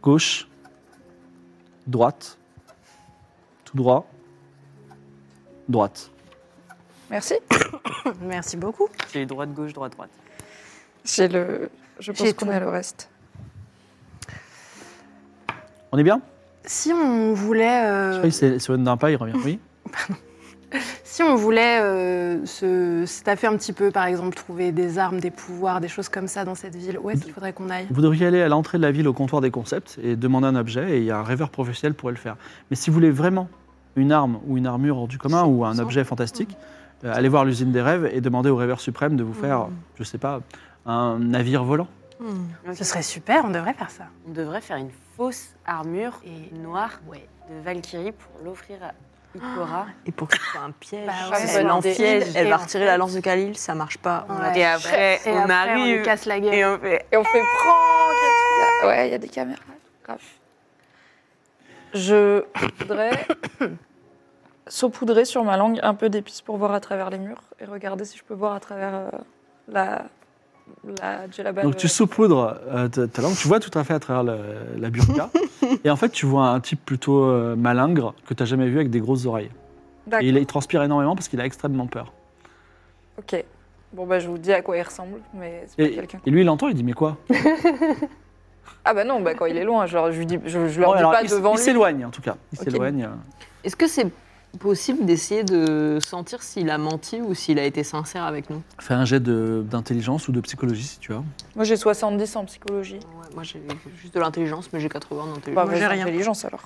A: gauche, droite, tout droit, droite.
D: Merci.
E: Merci beaucoup. J'ai droite, gauche, droite, droite.
D: J'ai le... Je pense
E: J'ai
D: qu'on
E: tout.
D: a le reste.
A: On est bien
B: Si on voulait, euh,
A: Je sais pas, il s'é- s'éloigne d'un pas, il revient. Oui.
B: Si on voulait euh, se staffer un petit peu, par exemple, trouver des armes, des pouvoirs, des choses comme ça dans cette ville, où est-ce qu'il faudrait qu'on aille
A: Vous devriez aller à l'entrée de la ville au comptoir des concepts et demander un objet, et il y a un rêveur professionnel pour le faire. Mais si vous voulez vraiment une arme ou une armure hors du commun ou un objet fantastique, euh, allez voir l'usine des rêves et demandez au rêveur suprême de vous faire,
D: Mmh.
A: je sais pas, un navire volant.
B: Ce serait super, on devrait faire ça.
E: On devrait faire une fausse armure
B: Et-
E: noire
B: Ouais.
E: de Valkyrie pour l'offrir à Ikora.
C: Ah, Et pour que ce soit un piège,
B: Bah
E: ouais.
C: elle
E: Ouais.
C: l'enfile,
E: Et
C: elle va
B: en
C: retirer la lance de Khalil, ça marche pas. On
B: Ouais.
C: la-
E: Et après,
B: Et
E: on
B: après, on
E: arrive
B: lui casse la gueule.
E: et on fait.
D: Et on fait prank et tout. Ah, Ouais, il y a des caméras. Grave. Je voudrais saupoudrer sur ma langue un peu d'épices pour voir à travers les murs et regarder si je peux voir à travers euh, la, la djellaba.
A: Donc tu saupoudres euh, ta, ta langue, tu vois tout à fait à travers le- la burqa, et en fait tu vois un type plutôt euh, malingre que tu n'as jamais vu avec des grosses oreilles. Et il,
D: D'accord.
A: il transpire énormément parce qu'il a extrêmement peur.
D: Ok. Bon, bah, je vous dis à quoi il ressemble, mais c'est pas
A: Et,
D: quelqu'un.
A: et lui il entend, il dit mais quoi
D: Ah, bah non, bah, quand il est loin, je leur, je lui dis, je, je leur
A: Ouais,
D: dis
A: alors,
D: pas
A: Il s-
D: devant
A: il
D: lui.
A: s'éloigne en tout cas. Il
D: Ok.
A: s'éloigne. euh,
C: Est-ce que c'est possible d'essayer de sentir s'il a menti ou s'il a été sincère avec nous
A: Fais un jet de- d'intelligence ou de psychologie si tu as.
D: Moi, j'ai 70 en psychologie.
C: Ouais, Moi j'ai juste de l'intelligence, mais j'ai 80 d'intelligence.
D: Bah,
B: Moi, j'ai
D: vas-y,
B: rien.
D: intelligence alors.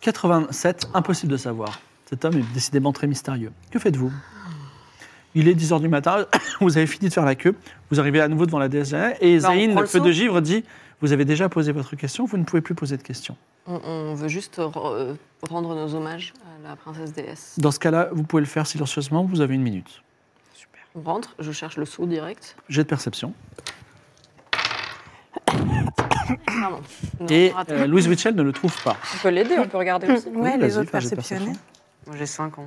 A: 87, impossible de savoir. Cet homme est décidément très mystérieux. Que faites-vous Il est 10h du matin, vous avez fini de faire la queue, vous arrivez à nouveau devant la déesse Janet, et
E: Bah, on
A: Zayn, le
E: prend le
A: feu
E: saut.
A: de givre, dit Vous avez déjà posé votre question, vous ne pouvez plus poser de questions.
C: On, on veut juste re- euh, rendre nos hommages à la princesse déesse.
A: Dans ce cas-là, vous pouvez le faire silencieusement, vous avez une minute.
C: On rentre, je cherche le sou direct.
A: Jet de perception.
C: Pardon. Non,
A: et
C: on rate.
A: euh, Louise Witchell ne le trouve pas.
D: On peut l'aider, on peut regarder aussi.
A: Oui,
F: Ouais,
A: vas-y,
F: les autres
A: fais un jet de
F: perceptionnés.
E: Moi j'ai 50.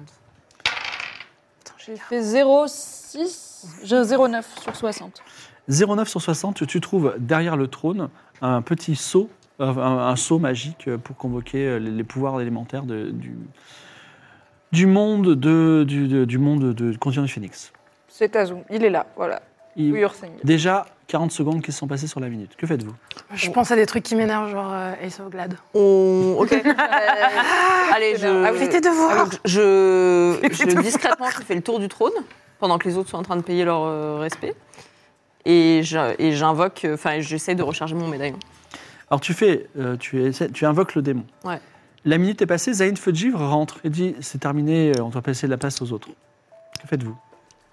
D: J'ai fait 0,6, j'ai 0,9 sur 60.
A: 09 sur 60, tu trouves derrière le trône un petit seau, euh, un, un seau magique euh, pour convoquer euh, les, les pouvoirs élémentaires de- du, du monde de, du, de- du monde de, du continent du phénix.
D: C'est Azum, il est là, voilà.
A: Il-
D: Oui, Ursing.
A: Déjà 40 secondes qui se sont passées sur la minute. Que faites-vous
B: Je pense à des trucs qui m'énervent, genre euh, Ace of Glad.
C: On- Ok. Euh, Allez, je.
D: Ah, vous
E: de voir
C: Alors, je, je- discrètement, je fais le tour du trône pendant que les autres sont en train de payer leur euh, respect. Et je- et j'invoque, euh, enfin, j'essaie de recharger mon médaillon.
A: Alors tu fais, euh, tu, essaies- tu invoques le démon.
C: Ouais.
A: La minute est passée, Zayn Feu de Givre rentre et dit c'est terminé, euh, on doit passer de la place aux autres. Que faites-vous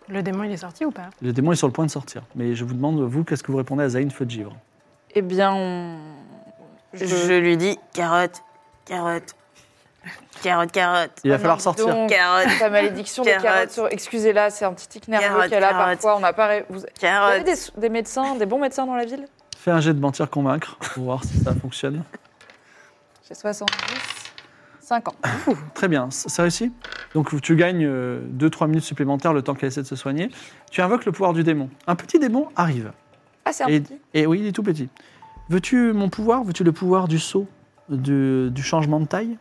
B: Le démon, il est sorti ou pas
A: Le démon est sur le point de sortir, mais je vous demande vous qu'est-ce que vous répondez à Zayn Feu de Givre
D: Eh bien, on- je-
E: Je lui dis carotte, carotte, carotte, carotte,
A: Il va
D: Ah
A: falloir
D: non,
A: sortir.
D: donc,
E: carotte,
D: Sa malédiction des
E: Carotte.
D: carottes sur... Excusez-la, c'est un petit tic nerveux
E: Carotte,
D: qu'elle a
E: carotte.
D: parfois. On n'a pas... ré- Vous... vous avez
E: carotte.
D: des, des médecins, des bons médecins dans la ville
A: Fais un jet de mentir convaincre pour voir si ça fonctionne.
D: J'ai 70, 50.
A: Très bien, c- c'est réussi. Donc tu gagnes 2-3 minutes supplémentaires le temps qu'elle essaie de se soigner. Tu invoques le pouvoir du démon. Un petit démon arrive.
D: Ah, c'est un
A: Et,
D: petit
A: et oui, il est tout petit. Veux-tu mon pouvoir Veux-tu le pouvoir du saut du, du changement de taille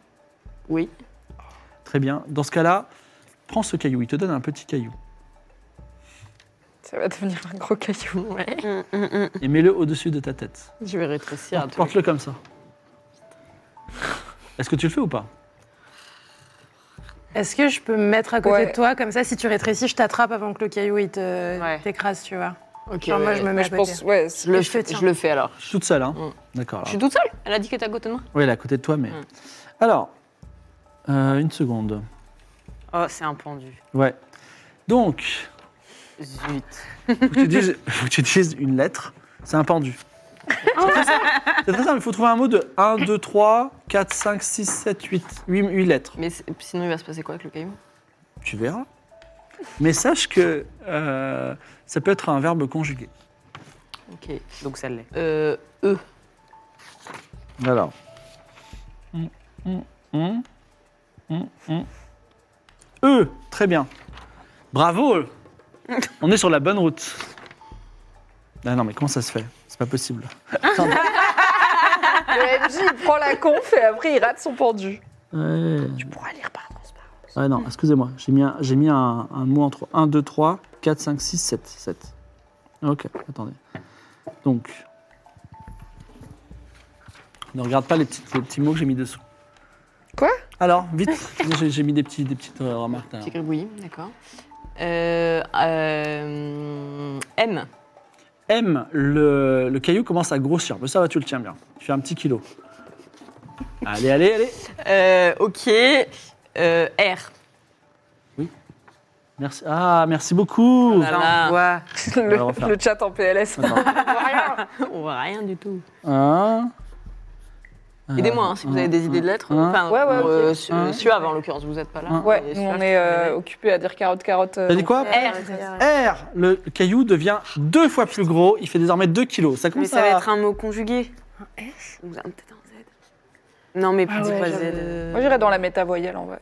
C: Oui.
A: Très bien. Dans ce cas-là, prends ce caillou. Il te donne un petit caillou.
D: Ça va devenir un gros caillou.
C: Ouais.
A: Et mets-le au-dessus de ta tête.
C: Je vais rétrécir un truc.
A: Porte-le comme ça. Est-ce que tu le fais ou pas
B: Est-ce que je peux me mettre à côté
D: Ouais.
B: de toi Comme ça, si tu rétrécis, je t'attrape avant que le caillou il te-
E: Ouais.
B: t'écrase, tu vois.
C: Ok.
B: Genre, moi,
C: ouais.
B: je me mets
D: Mais
B: à
D: je
B: côté.
D: pense, ouais, c'est-
C: Je le,
B: je te
C: fais,
B: tiens.
C: je le fais alors.
A: Toute seule, hein
C: Mm.
A: D'accord.
C: Je
A: alors.
C: suis toute seule. Elle a dit qu'elle était à côté de moi.
A: Oui, elle est à côté de toi, mais.
C: Mm.
A: Alors, euh, une seconde.
E: Oh, c'est un pendu.
A: Ouais. Donc,
E: Zut.
A: faut que tu dises, faut que tu dises une lettre. C'est un pendu. C'est très simple, il faut trouver un mot de 1, 2, 3, 4, 5, 6, 7, 8. 8, lettres.
C: Mais c'est- sinon, il va se passer quoi avec le caillou
A: Tu verras. Mais sache que euh, ça peut être un verbe conjugué.
C: Ok.
E: Donc ça l'est.
C: Euh, e.
A: Alors. Hum, hum, hum. Hum, hum. E, très bien. Bravo E. On est sur la bonne route. Ah non, mais comment ça se fait C'est pas possible. Attendez.
D: Le MJ, il prend la conf et après, il rate son pendu.
A: Ouais.
D: Tu pourras lire par transparent.
A: Ouais, non, excusez-moi, j'ai mis, un, j'ai mis un, un mot entre 1, 2, 3, 4, 5, 6, 7. 7. Ok, attendez. Donc, ne regarde pas les petits, les petits mots que j'ai mis dessous.
D: Quoi
A: Alors, vite, j'ai- j'ai mis des, petits, des petites euh, remarques.
D: Ah.
A: là.
C: Petit gribouillis, d'accord. Euh, euh, M.
A: M, le, le caillou commence à grossir. Mais ça va, tu le tiens bien. Tu fais un petit kilo. Allez, allez, allez.
C: Euh, ok. Euh, R.
A: Merci. Ah, merci
D: Oh
A: beaucoup.
C: Ah là.
E: J'envoie.
D: Le,
A: va refaire.
D: le chat en PLS.
A: Attends.
C: On voit rien du tout.
A: Un.
C: Hein Aidez-moi hein, si vous avez des idées de lettres.
A: un,
C: Enfin,
D: Ah. Ouais, ouais,
C: pour,
D: ok.
C: euh, su-
A: Un.
C: Suave en l'occurrence, vous n'êtes pas là.
A: Un.
D: Ouais,
C: Mais
D: nous
C: Suave,
D: on est
C: je
D: euh,
C: connais.
D: occupés à dire carotte, carotte. euh,
A: Ah. T'as dit quoi
C: R.
A: R, le caillou devient deux fois plus gros. Il fait désormais 2 kilos. Ça
E: Mais
A: commence
E: ça va
A: à...
E: être un mot conjugué. Ou un- peut-être un Z. Non, mais
B: Ah
E: dis
B: ouais,
E: pas Z.
C: Euh,
D: Moi j'irais dans la métavoyelle en vrai.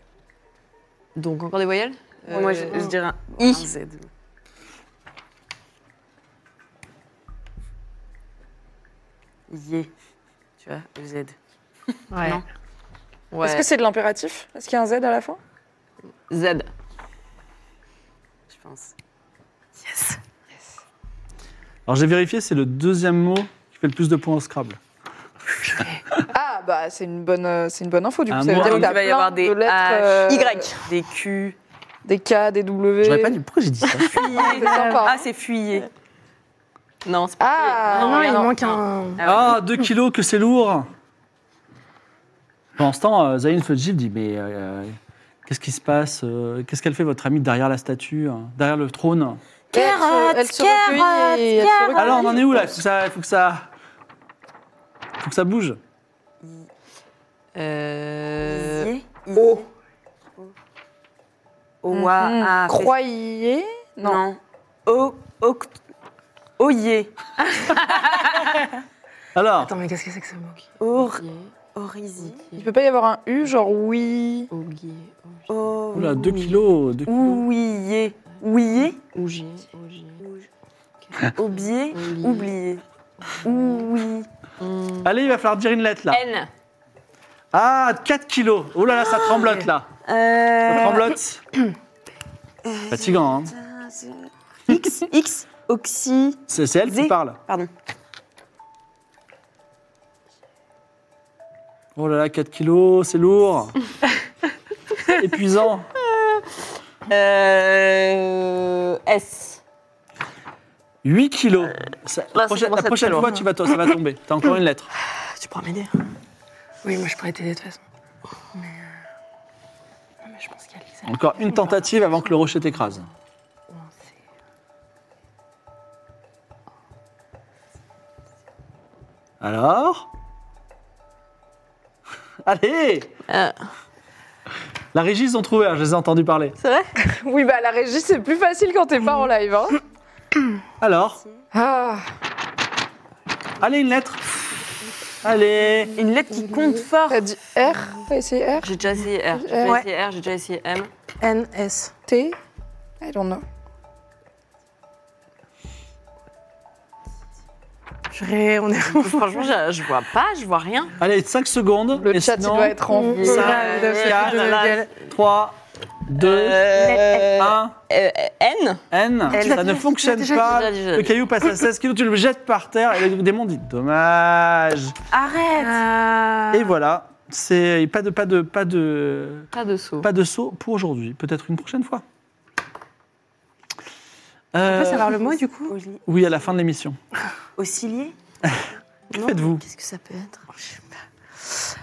C: Donc encore des voyelles
E: Euh, Moi, je,
C: Euh,
E: je dirais un,
C: I.
E: un Z. Yé. Tu vois, le Z.
B: Ouais.
E: Non.
C: Ouais.
D: Est-ce que c'est de l'impératif Est-ce qu'il y a un Z à la fin
C: Z.
E: Je pense.
A: Alors, j'ai vérifié, c'est le deuxième mot qui fait le plus de points au Scrabble.
D: Ah bah c'est une bonne, euh, c'est une bonne info du coup.
A: Un
D: ça veut
A: mot.
D: dire
A: Donc,
D: qu'il y a
E: Ah, il va y avoir
D: plein
E: des
D: de lettres,
E: H,
D: euh,
C: Y.
E: Des Q.
D: des K, des W.
A: J'aurais pas dit. Pourquoi j'ai dit ça
D: C'est sympa.
E: Ah, c'est fuyé.
C: Non, c'est pas.
D: Ah,
B: Non, non, il
D: non.
B: manque un.
A: Ah, 2 kilos, que c'est lourd Pendant ce temps, euh, Zayn Fudgiv dit Mais euh, qu'est-ce qui se passe euh, Qu'est-ce qu'elle fait, votre amie, derrière la statue, hein, derrière le trône
D: Carotte, elle se recueille et elle se
C: Ah,
D: recueille.
A: Alors, on en est où là Il faut que ça. Faut que ça, faut que ça bouge.
C: Euh,
E: Yé. O.
C: Mmh,
E: Oua.
D: Mhm.
E: ah,
D: Croyez Non.
E: Non. O. oct- Oyé.
A: Alors,
B: Attends, mais qu'est-ce que c'est que ce mot
E: Or.
C: Ogier,
E: Orisi.
D: Il peut pas y avoir un U genre oui.
C: Ogier,
E: O.
A: oula, 2 kilos. deux kilos.
E: Ouillé. Ouillé.
C: Ogier, Ogier.
E: Oublié.
C: Oublié.
E: Oublié. Oui.
C: Hmm.
A: Allez, il va falloir dire une lettre là.
C: N.
A: Ah, 4 kilos. Oh là là, ça tremblote là.
E: Euh,
A: Ça tremblote. Fatigant, hein
E: X, X, oxy.
A: C'est c'est elle qui
E: Zé.
A: parle.
E: Pardon.
A: Oh là là, 4 kilos, c'est lourd. Épuisant.
C: Euh, S.
A: 8
C: Euh,
A: kilos. Ça-
C: ça
A: la prochaine, la
C: commence à être
A: prochaine
C: très
A: fois,
C: lourd.
A: tu vas, to- ça va tomber. T'as encore une lettre.
C: Ah, Tu pourras m'aider.
B: Oui, moi je pourrais t'aider de toute façon. Mais. euh, non, mais je pense qu'il y a Lisa.
A: Encore une tentative avant que le rocher t'écrase.
B: Non, c'est-
A: Alors Allez
C: Euh.
A: La régie, ils ont trouvé, hein, je les ai entendus parler.
C: C'est vrai
D: Oui bah la régie c'est plus facile quand t'es pas en live. Hein.
A: Alors
D: Ah.
A: Allez, une lettre Allez
E: Une lettre qui compte fort.
D: T'as dit R, t'as essayé R,
C: J'ai déjà essayé R, j'ai déjà
D: Ouais.
C: essayé R, j'ai déjà essayé M.
B: N, S.
D: T, I don't know.
B: J'aurais- On est vraiment.
C: Franchement, je, je vois pas, je vois rien.
A: Allez, 5 secondes.
D: Le chat il doit être en.
B: Mmh.
D: feu.
B: Ça-
E: Ah,
B: doit se
A: quatre,
B: foutre de notre gueule.
A: 3, 2,
C: Euh,
A: 1,
C: euh, N.
A: N.
C: Elle
A: Ça
C: l'a
A: ne
B: dit,
A: fonctionne
B: tu l'as
A: pas.
C: déjà dit, tu l'as
A: Le
C: dit.
A: caillou passe à 16 kilos, tu le jettes par terre et le démon dit dommage.
E: Arrête.
B: Ah.
A: Et voilà, c'est pas de pas de pas de
C: Pas de saut.
A: pas de saut pour aujourd'hui. Peut-être une prochaine fois.
B: On
A: Euh,
B: peut savoir le mot du coup
A: oui, à la fin de l'émission.
E: Au cilier.
A: Que faites-vous
C: Qu'est-ce que ça peut être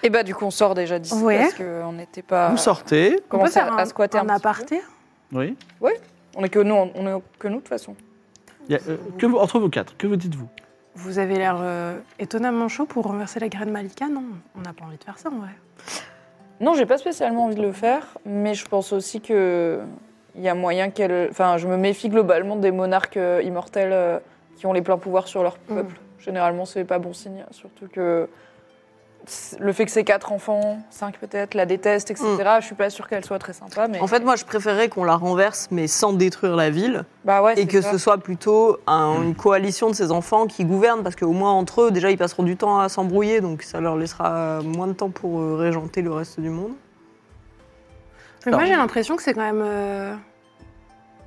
D: Et bah du coup on sort déjà d'ici
B: Ouais.
D: parce qu'on n'était pas.
A: Vous sortez.
D: On commence à, à squatter un,
B: un
D: petit peu.
B: aparté
A: Oui.
D: On est que nous, on on est que nous de toute façon.
A: Il y a, euh, que vous, entre vous quatre, que vous dites-vous
B: Vous avez l'air euh, étonnamment chaud pour renverser la graine Malika, non On n'a pas envie de faire ça en vrai.
D: Non, j'ai pas spécialement envie de le faire, mais je pense aussi que il y a moyen qu'elle. Enfin, je me méfie globalement des monarques euh, immortels euh, qui ont les pleins pouvoirs sur leur peuple. Généralement, c'est pas bon signe, surtout que c'est- le fait que ses quatre enfants, cinq peut-être, la détestent, etc. Je suis pas sûre qu'elle soit très sympa, mais
C: En fait, moi, je préférais qu'on la renverse, mais sans détruire la ville,
D: bah ouais,
C: et que ce
D: soit
C: soit plutôt un- une coalition de ces enfants qui gouvernent, parce qu'au moins entre eux, déjà, ils passeront du temps à s'embrouiller, donc ça leur laissera moins de temps pour euh, régenter le reste du monde.
B: Mais moi j'ai l'impression que c'est quand même. euh,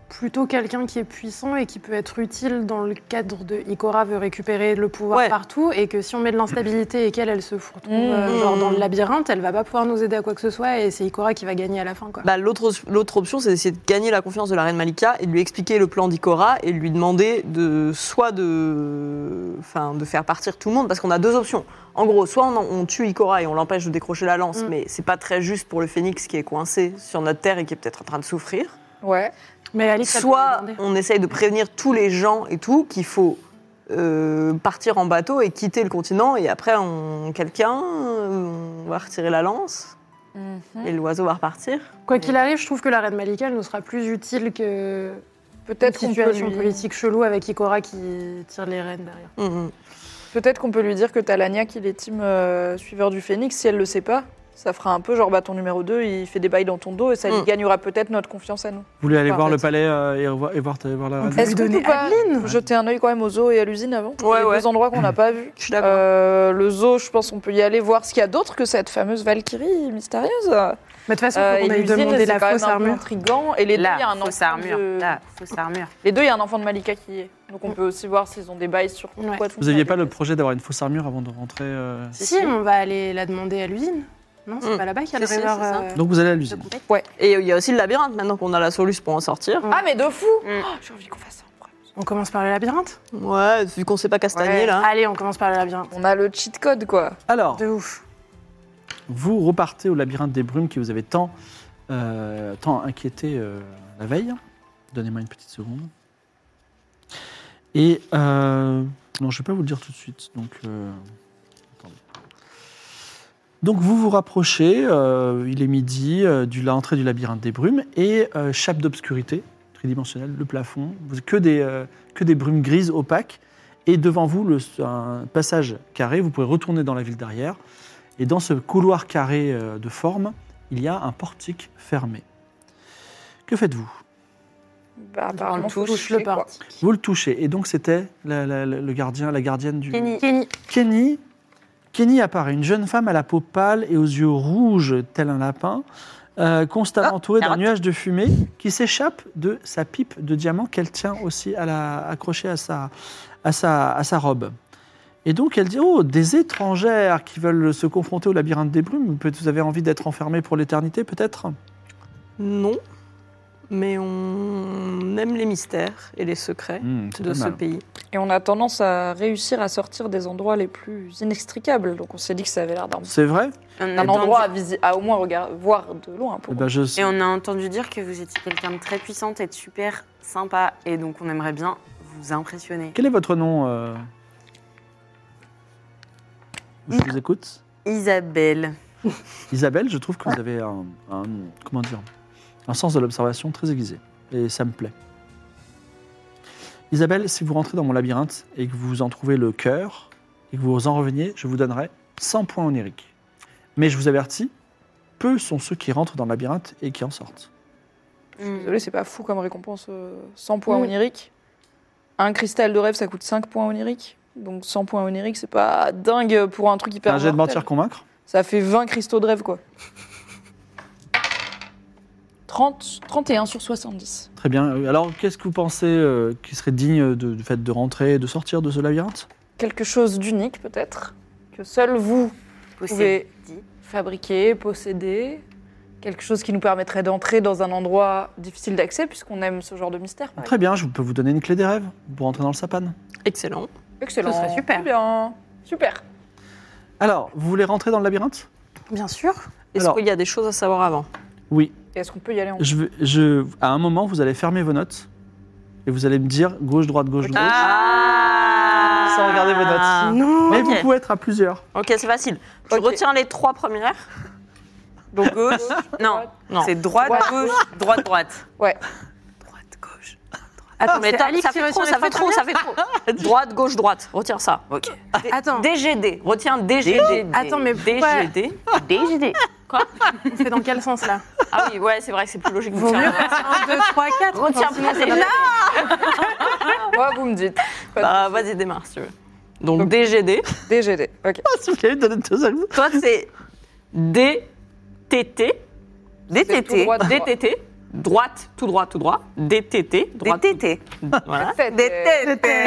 B: plutôt quelqu'un qui est puissant et qui peut être utile dans le cadre de Ikora veut récupérer le pouvoir
C: Ouais.
B: partout et que si on met de l'instabilité et qu'elle elle se retrouve
D: Mmh.
B: euh, genre dans le labyrinthe, elle va pas pouvoir nous aider à quoi que ce soit et c'est Ikora qui va gagner à la fin quoi.
C: Bah, l'autre, l'autre option, c'est d'essayer de gagner la confiance de la reine Malika et de lui expliquer le plan d'Ikora et de lui demander de soit de, enfin, de faire partir tout le monde, parce qu'on a deux options. En gros, soit on, en- on tue Ikora et on l'empêche de décrocher la lance,
B: Mm.
C: mais c'est pas très juste pour le phénix qui est coincé sur notre terre et qui est peut-être en train de souffrir.
D: Ouais.
B: Mais Alix elle peut
C: Soit
B: lui demander.
C: on essaye de prévenir tous les gens et tout qu'il faut euh, partir en bateau et quitter le continent et après on quelqu'un euh, on va retirer la lance
D: Mm-hmm.
C: et l'oiseau va repartir.
B: quoi qu'il arrive, je trouve que la reine Malika elle nous sera plus utile que
D: Peut-être
B: une
D: qu'on peut,
B: situation
D: lui...
B: politique chelou avec Ikora qui tire les rênes derrière.
C: Mhm.
D: peut-être qu'on peut lui dire que Talania, qu'il est team euh, suiveur du Phénix, si elle le sait pas. Ça fera un peu genre bah, ton numéro 2, il fait des bails dans ton dos et ça lui
C: Mm.
D: gagnera peut-être notre confiance à nous.
A: Vous voulez aller
D: Parfait.
A: voir le palais euh, et, revoir- et voir, ta- voir la reine
D: Est-ce qu'on
B: donner
D: peut pas
B: Adeline
D: jeter un œil quand même aux zoo et à l'usine avant
C: Ouais,
D: Les
C: ouais.
D: deux endroits qu'on n'a pas vus.
C: Je suis d'accord.
D: Euh, le zoo, je pense qu'on peut y aller voir ce qu'il y a d'autre que cette fameuse Valkyrie mystérieuse.
B: Mais de toute façon,
D: Euh,
B: faut
D: et
B: qu'on aille
D: l'usine,
B: demander
D: c'est
B: la
D: quand même
B: fausse
D: un peu
B: armure.
D: intrigant. Et les deux, il y a
E: Là,
D: un
E: fausse
D: enfant
E: armure.
D: de-
E: Là, fausse armure.
D: Les deux, il y a un enfant de Malika qui y est. Donc on peut aussi voir s'ils ont des bails sur
B: Ouais.
D: quoi tout
A: Vous
D: ça,
A: n'aviez pas
D: les
A: le
D: fesses.
A: projet d'avoir une fausse armure avant de rentrer euh,
B: Si, on va aller la demander à l'usine. Non, c'est
C: Mm.
B: pas là-bas qu'il y a le
C: Si, si,
B: rêveur.
C: c'est ça.
B: euh,
A: Donc vous allez à
B: de
A: l'usine.
B: compète.
C: Et il y a aussi le labyrinthe maintenant qu'on a la solution pour en sortir.
D: Ah, mais de fou
E: Mm.
D: Oh, J'ai envie qu'on fasse ça. en premier.
B: On commence par le labyrinthe
C: Ouais, vu qu'on sait pas castagner
E: Ouais.
C: là.
B: Allez, on commence par le labyrinthe.
D: On a le cheat code, quoi.
A: Alors,
B: De ouf.
A: vous repartez au labyrinthe des brumes qui vous avait tant, euh, tant inquiété euh, la veille. Donnez-moi une petite seconde. Et euh, non, je ne vais pas vous le dire tout de suite. Donc, euh, attendez. donc vous vous rapprochez. euh, il est midi euh, de l'entrée du labyrinthe des brumes et euh, chape d'obscurité tridimensionnelle, le plafond, vous- que des, euh, que des brumes grises opaques. Et devant vous, le, un passage carré. Vous pouvez retourner dans la ville derrière. Et dans ce couloir carré euh, de forme, il y a un portique fermé. Que faites-vous
C: Ah,
D: Bah, apparemment,
B: On
D: faut
B: touche,
D: toucher,
B: le
D: quoi.
B: portique.
A: Vous le touchez. Et donc c'était la- la- la- le gardien, la gardienne du...
E: Kenny.
B: Kenny.
A: Kenny. Kenny apparaît, une jeune femme à la peau pâle et aux yeux rouges, tel un lapin, euh, constamment entourée d'un
C: carotte.
A: nuage de fumée qui s'échappe de sa pipe de diamant qu'elle tient aussi à la, accrochée à sa, à, sa, à sa robe. Et donc elle dit Oh, des étrangères qui veulent se confronter au labyrinthe des brumes, peut- vous avez envie d'être enfermés pour l'éternité peut-être
C: Non. Mais on aime les mystères et les secrets
A: Hmm, c'est
C: de
A: pas
C: ce
A: mal.
C: pays.
D: Et on a tendance à réussir à sortir des endroits les plus inextricables. Donc on s'est dit que ça avait l'air d'un
A: C'est vrai
E: On a
D: un
E: entendu-
D: endroit à, visi- à au moins regard- voir de loin. Pour
A: Eh ben, je...
E: Et on a entendu dire que vous étiez quelqu'un de très puissante et de super sympa. Et donc, on aimerait bien vous impressionner.
A: Quel est votre nom euh Je vous écoute.
E: Isabelle.
A: Isabelle, je trouve que vous avez un, un- comment dire, un sens de l'observation très aiguisé. Et ça me plaît. Isabelle, si vous rentrez dans mon labyrinthe et que vous en trouvez le cœur et que vous en reveniez, je vous donnerai 100 points oniriques. Mais je vous avertis, peu sont ceux qui rentrent dans le labyrinthe et qui en sortent.
D: Désolé, c'est pas fou comme récompense. euh, 100 points
B: Mm.
D: oniriques. Un cristal de rêve, ça coûte 5 points oniriques. Donc 100 points oniriques, c'est pas dingue pour un truc hyper.
A: Un jet Ah, de
D: mortel.
A: mentir convaincre
D: Ça fait 20 cristaux de rêve, quoi. 30, 31 sur 70.
A: Très bien. Euh, Alors, qu'est-ce que vous pensez euh, qui serait digne de- du fait de rentrer et de sortir de ce labyrinthe
D: Quelque chose d'unique, peut-être, que seul vous
E: Possédé.
D: fabriquez, possédez. Quelque chose qui nous permettrait d'entrer dans un endroit difficile d'accès, puisqu'on aime ce genre de mystère. par
A: Très bien, je peux vous donner une clé des rêves pour rentrer dans le sapane.
C: Excellent.
D: exemple. Excellent.
B: Ce serait super.
D: Très bien. Super.
A: Alors, vous voulez rentrer dans le labyrinthe
B: Bien sûr.
C: Est-ce
A: Alors-
C: qu'il y a des choses à savoir avant
A: Oui.
D: Et Est-ce qu'on peut y aller en
A: Je vais- je- à un moment, vous allez fermer vos notes et vous allez me dire gauche, droite, gauche, droite.
C: Ah
A: Sans regarder vos notes.
B: Non.
A: Mais
C: ok.
A: vous pouvez être à plusieurs.
C: Ok, c'est facile. Tu
D: Ok.
C: retiens les trois premières.
E: Donc, gauche. non,
C: Non.
E: c'est droite,
D: Droite.
E: gauche, droite, droite.
D: Ouais.
E: Droite, gauche.
B: Attends,
C: mais
B: Ah, c'est
C: t'as-
B: Alix
C: ça
B: qui
C: fait
B: retient
C: trop,
B: les
C: ça
B: trois
C: fait trop, ça fait trop. droite, gauche, droite. Retiens ça.
E: Ok.
B: premières Attends,
C: DGD. Retiens DGD.
B: Attends, mais pourquoi-
C: DGD.
E: DGD.
B: on fait dans quel sens là
C: Ah oui, ouais, c'est vrai que c'est plus logique. de
B: Vaut
C: faire
B: mieux
C: un-
B: faire 1, 2, 3, 4.
C: Retiens pas DGD.
D: Moi, vous me dites. Pas de-
C: Bah, vas-y, démarre si tu veux. Donc DGD.
D: DGD. Ok.
A: Si vous voulez me donner deux secondes.
C: Toi, c'est DTT.
D: C'est tout droit, droit.
C: DTT. droite, tout droit, tout droit, DTT,
E: Des
C: droite, tout-
E: tétés.
C: voilà.
D: Faites,
E: Des
D: euh,
E: tétés.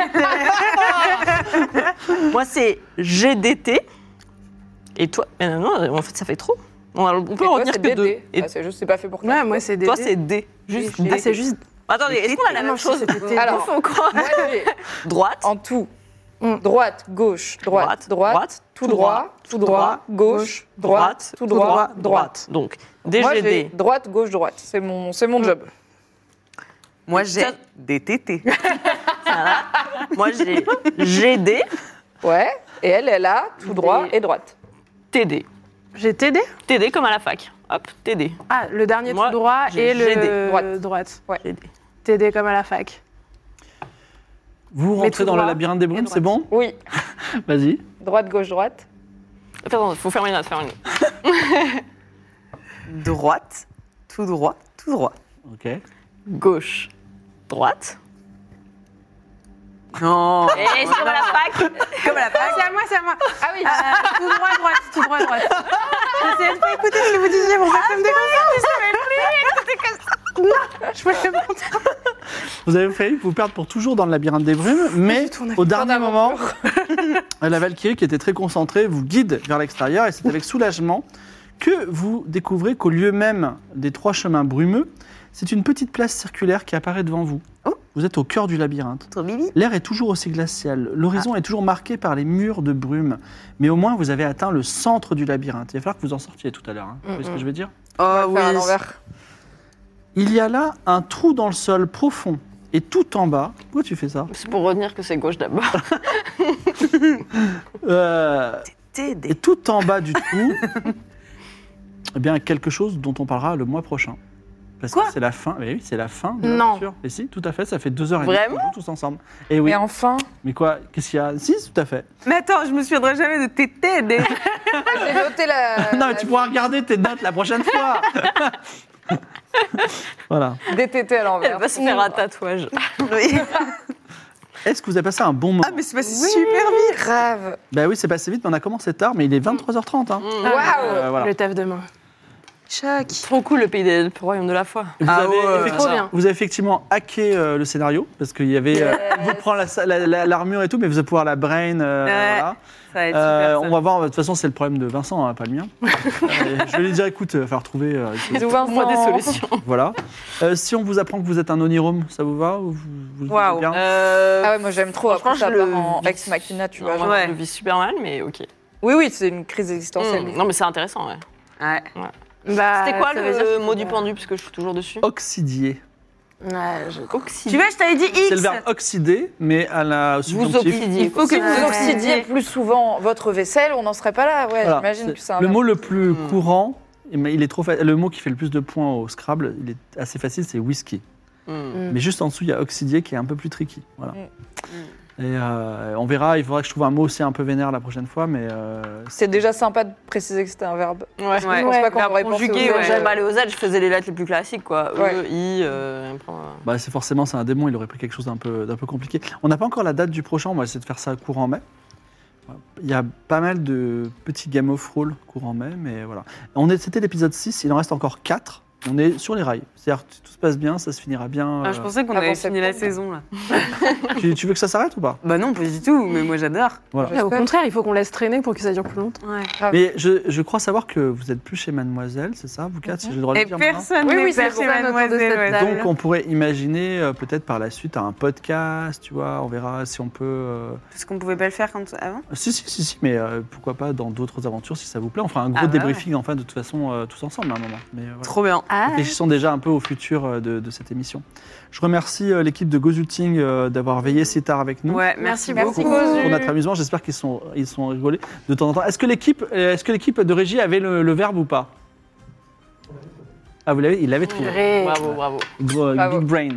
C: Moi, c'est GDT. Et toi, mais non, non, en fait, ça fait trop. On, a- on peut
D: et
C: en
D: toi,
C: retenir
D: c'est
C: que
D: DD.
C: deux. Et
D: Ah, c'est juste, c'est pas fait pour
B: Ouais,
D: quatre.
B: moi, c'est des.
C: toi, c'est D. Juste D.
B: Ah, c'est juste.
C: Attendez, est-ce qu'on a la
B: Ah,
C: même
B: non, si,
C: chose
B: c'était des
D: Alors.
B: bouffons, quoi.
D: Moi, j'ai
C: Droite,
D: en tout.
B: Mm.
D: Droite, gauche, droite, droite, tout droit, tout droit, gauche, droite, tout droit, droite.
C: Donc,
D: Moi, j'ai
C: DGD.
D: droite, gauche, droite. C'est mon, c'est mon job.
E: Moi, j'ai
C: Ça-
E: des tétés.
C: Moi, j'ai GD,
D: Ouais. Et elle, elle a tout droit
C: Des-
D: et droite.
C: TD.
B: J'ai TD
C: TD comme à la fac. Hop, TD.
B: Ah, le dernier
C: Moi,
B: tout droit
C: j'ai
B: et
C: GD,
B: le
D: droite.
B: droite.
C: GD.
B: TD comme à la fac.
A: Vous
B: Mais
A: rentrez
B: tout
A: dans le
B: droit
A: labyrinthe des
B: et
A: brumes,
B: droite.
A: c'est bon
D: Oui.
A: Vas-y.
D: Droite, gauche, droite.
C: Attends, faut faire une autre, faire une autre.
E: Droite, tout droit, tout droit.
A: Ok.
C: Gauche, droite.
E: Non.
C: Et c'est comme à la fac.
E: Comme à la fac.
B: C'est à moi, c'est à moi.
D: Ah oui.
B: Euh, tout droit, droite, tout droit, droite. J'essayais de pas écouter ce que vous disiez, mon ça me Ah, déconcentre. Je savais plus, écouter comme ça. Non,
A: Vous avez failli vous perdre pour toujours dans le labyrinthe des brumes, mais au dernier moment, la Valkyrie, qui était très concentrée, vous guide vers l'extérieur et c'est avec soulagement que vous découvrez qu'au lieu même des trois chemins brumeux, c'est une petite place circulaire qui apparaît devant vous.
E: Oh.
A: Vous êtes au cœur du labyrinthe.
E: Trop bibi.
A: L'air est toujours aussi glacial, l'horizon est toujours marqué par les murs de brume, mais au moins vous avez atteint le centre du labyrinthe. Il va falloir que vous en sortiez tout à l'heure, hein. vous voyez ce que je veux dire
E: Oh
D: Faire à
E: oui.
D: l'envers.
A: Il y a là un trou dans le sol profond, et tout en bas, pourquoi tu fais ça
C: C'est pour retenir que c'est gauche d'abord.
A: Euh,
E: Tétés.
A: Et tout en bas du trou, eh bien quelque chose dont on parlera le mois prochain. Parce
E: Quoi
A: que c'est la fin, mais oui, c'est la fin de
B: Non.
A: l'aventure. Et si, tout à fait, ça fait deux heures et demie
C: Vraiment
A: qu'on joue tous ensemble. Et oui,
D: Et enfin,
A: mais quoi, qu'est-ce qu'il y a Si, tout à fait.
E: Mais attends, je me souviendrai jamais de tétés. des-
D: Ah, j'ai noté la.
A: non, mais tu pourras regarder tes notes la prochaine fois Voilà.
D: DTT à
C: Elle
D: l'envers.
C: va se faire un tatouage.
E: Oui.
A: Est-ce que vous avez passé un bon moment
E: Ah, mais c'est passé
D: Oui.
E: super vite.
D: Mmh. Grave.
A: Ben oui, c'est passé vite, mais on a commencé tard, mais il est 23h30. Hein.
C: Ah.
D: Waouh.
A: Euh, voilà.
B: Le taf demain.
E: Choc.
C: Mm. Trop cool le pays des le royaume de la foi.
A: Vous,
E: Ah
A: avez
E: ouais.
A: effectivement-
B: Trop bien.
A: vous avez effectivement hacké euh, le scénario, parce qu'il y avait... euh, vous prend la- la- la- l'armure et tout, mais vous allez pouvoir la brain. euh,
E: Ouais.
A: voilà.
E: Ça va être
A: Euh,
E: super.
A: on
E: ça.
A: va voir, de toute façon, c'est le problème de Vincent, hein, pas le mien. Euh, je vais lui dire, écoute, il va falloir trouver. euh, et tout.
D: Bisous,
C: Moi, des
D: Vincent.
C: solutions.
A: voilà. Euh, si on vous apprend que vous êtes un onirome, ça vous va ou vous, vous le
E: Waouh.
A: voulez bien
C: Euh,
D: Ah ouais, moi j'aime trop.
C: Franchement,
D: Après, ça
C: je le
D: part en
C: vis.
D: ex machina, tu
C: non,
D: vois.
C: moi,
D: genre.
E: ouais.
C: je le vis super mal, mais ok.
D: Oui, oui, c'est une crise existentielle.
C: Hmm, Non, mais c'est intéressant, ouais.
E: Ouais.
B: Bah,
C: C'était quoi
B: ça veut dire
C: le
B: que-
C: mot du pendu Parce que je suis toujours dessus.
A: Oxydier.
B: Ouais, je-
E: Tu vois, je t'avais dit X.
A: C'est le verbe oxyder, mais à la
C: Vous
A: subjonctif.
C: oxydiez.
D: Faut que vous
B: Ouais.
D: oxydiez plus souvent votre vaisselle, on n'en serait pas là. Ouais,
A: Voilà.
D: j'imagine
A: C'est-
D: que c'est un.
A: Le mot le plus
C: Hmm.
A: courant, mais il est trop fa- le mot qui fait le plus de points au Scrabble, il est assez facile, c'est whisky.
C: Hmm.
B: Mm.
A: Mais juste en dessous, il y a oxydier qui est un peu plus tricky. Voilà.
D: Mm.
A: Et euh, on verra, il faudra que je trouve un mot aussi un peu vénère la prochaine fois, mais euh,
D: C'est déjà sympa de préciser que c'était un verbe.
C: Ouais.
D: Je
E: Ouais.
D: pense pas qu'on
E: verbe
D: aurait pensé
C: Conjugué,
D: aux
C: ouais.
D: verbes.
C: J'aime aller aux ailes, je faisais les lettres les plus classiques, quoi. E,
D: Ouais.
C: I, euh, rien prendre,
E: Ah,
C: euh.
A: Bah, c'est forcément c'est un démon, il aurait pris quelque chose d'un peu, d'un peu compliqué. On n'a pas encore la date du prochain, on va essayer de faire ça courant mai. Il y a pas mal de petits Game of Roll courant mai, mais voilà. On est, c'était l'épisode 6, il en reste encore 4. On est sur les rails. C'est-à-dire que tout se passe bien, ça se finira bien.
E: Ah, je
A: euh,
E: pensais qu'on
D: Avant
E: avait fini la
D: septembre.
E: saison là.
A: tu, tu veux que ça s'arrête ou pas
E: Bah non, pas du tout, mais moi j'adore.
B: Ouais, au contraire, il faut qu'on laisse traîner pour que ça dure plus longtemps.
E: Ouais.
A: Mais je, je crois savoir que vous êtes plus chez Mademoiselle, c'est ça Vous quatre, si j'ai le droit de
E: Et
A: le dire maintenant
E: personne
B: Oui,
E: n'est
B: oui, c'est
E: passé
B: pour ça, autour de
E: mademoiselle.
B: cette
E: ouais.
B: table.
A: Donc on pourrait imaginer euh, peut-être par la suite un podcast, tu vois, on verra si on peut... euh,
E: Parce qu'on pouvait pas le faire quand... avant.
A: Si, si, si, si, mais euh, pourquoi pas dans d'autres aventures si ça vous plaît. On fera un gros
E: Ah bah
A: débriefing enfin de toute façon euh, tous ensemble à un moment. Mais euh, voilà.
E: Trop bien.
B: Ah,
A: Réfléchissons déjà un peu au futur euh, de, de cette émission. Je remercie euh, l'équipe de Gozuting euh, d'avoir veillé si tard avec nous.
E: Ouais,
B: Merci
E: merci,
D: beaucoup.
E: beaucoup.
D: Gozu.
A: Pour notre amusement, j'espère qu'ils sont, ils sont rigolés de temps en temps. Est-ce que l'équipe, euh, est-ce que l'équipe de régie avait le, le verbe ou pas Ah, vous l'avez, il l'avait trouvé.
B: vrai.
C: Bravo, bravo.
A: Gros-
D: Bravo.
A: Big brain.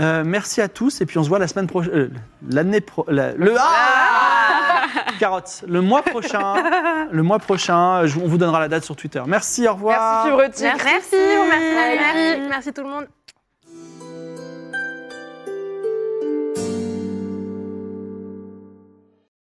A: Euh, merci à tous et puis on se voit la semaine prochaine, euh, l'année pro, la- le ah carotte, le mois prochain, le mois prochain, je- on vous donnera la date sur Twitter. Merci, au revoir.
D: Merci, Fibre Tigre.
B: Merci, merci, merci, merci tout le monde.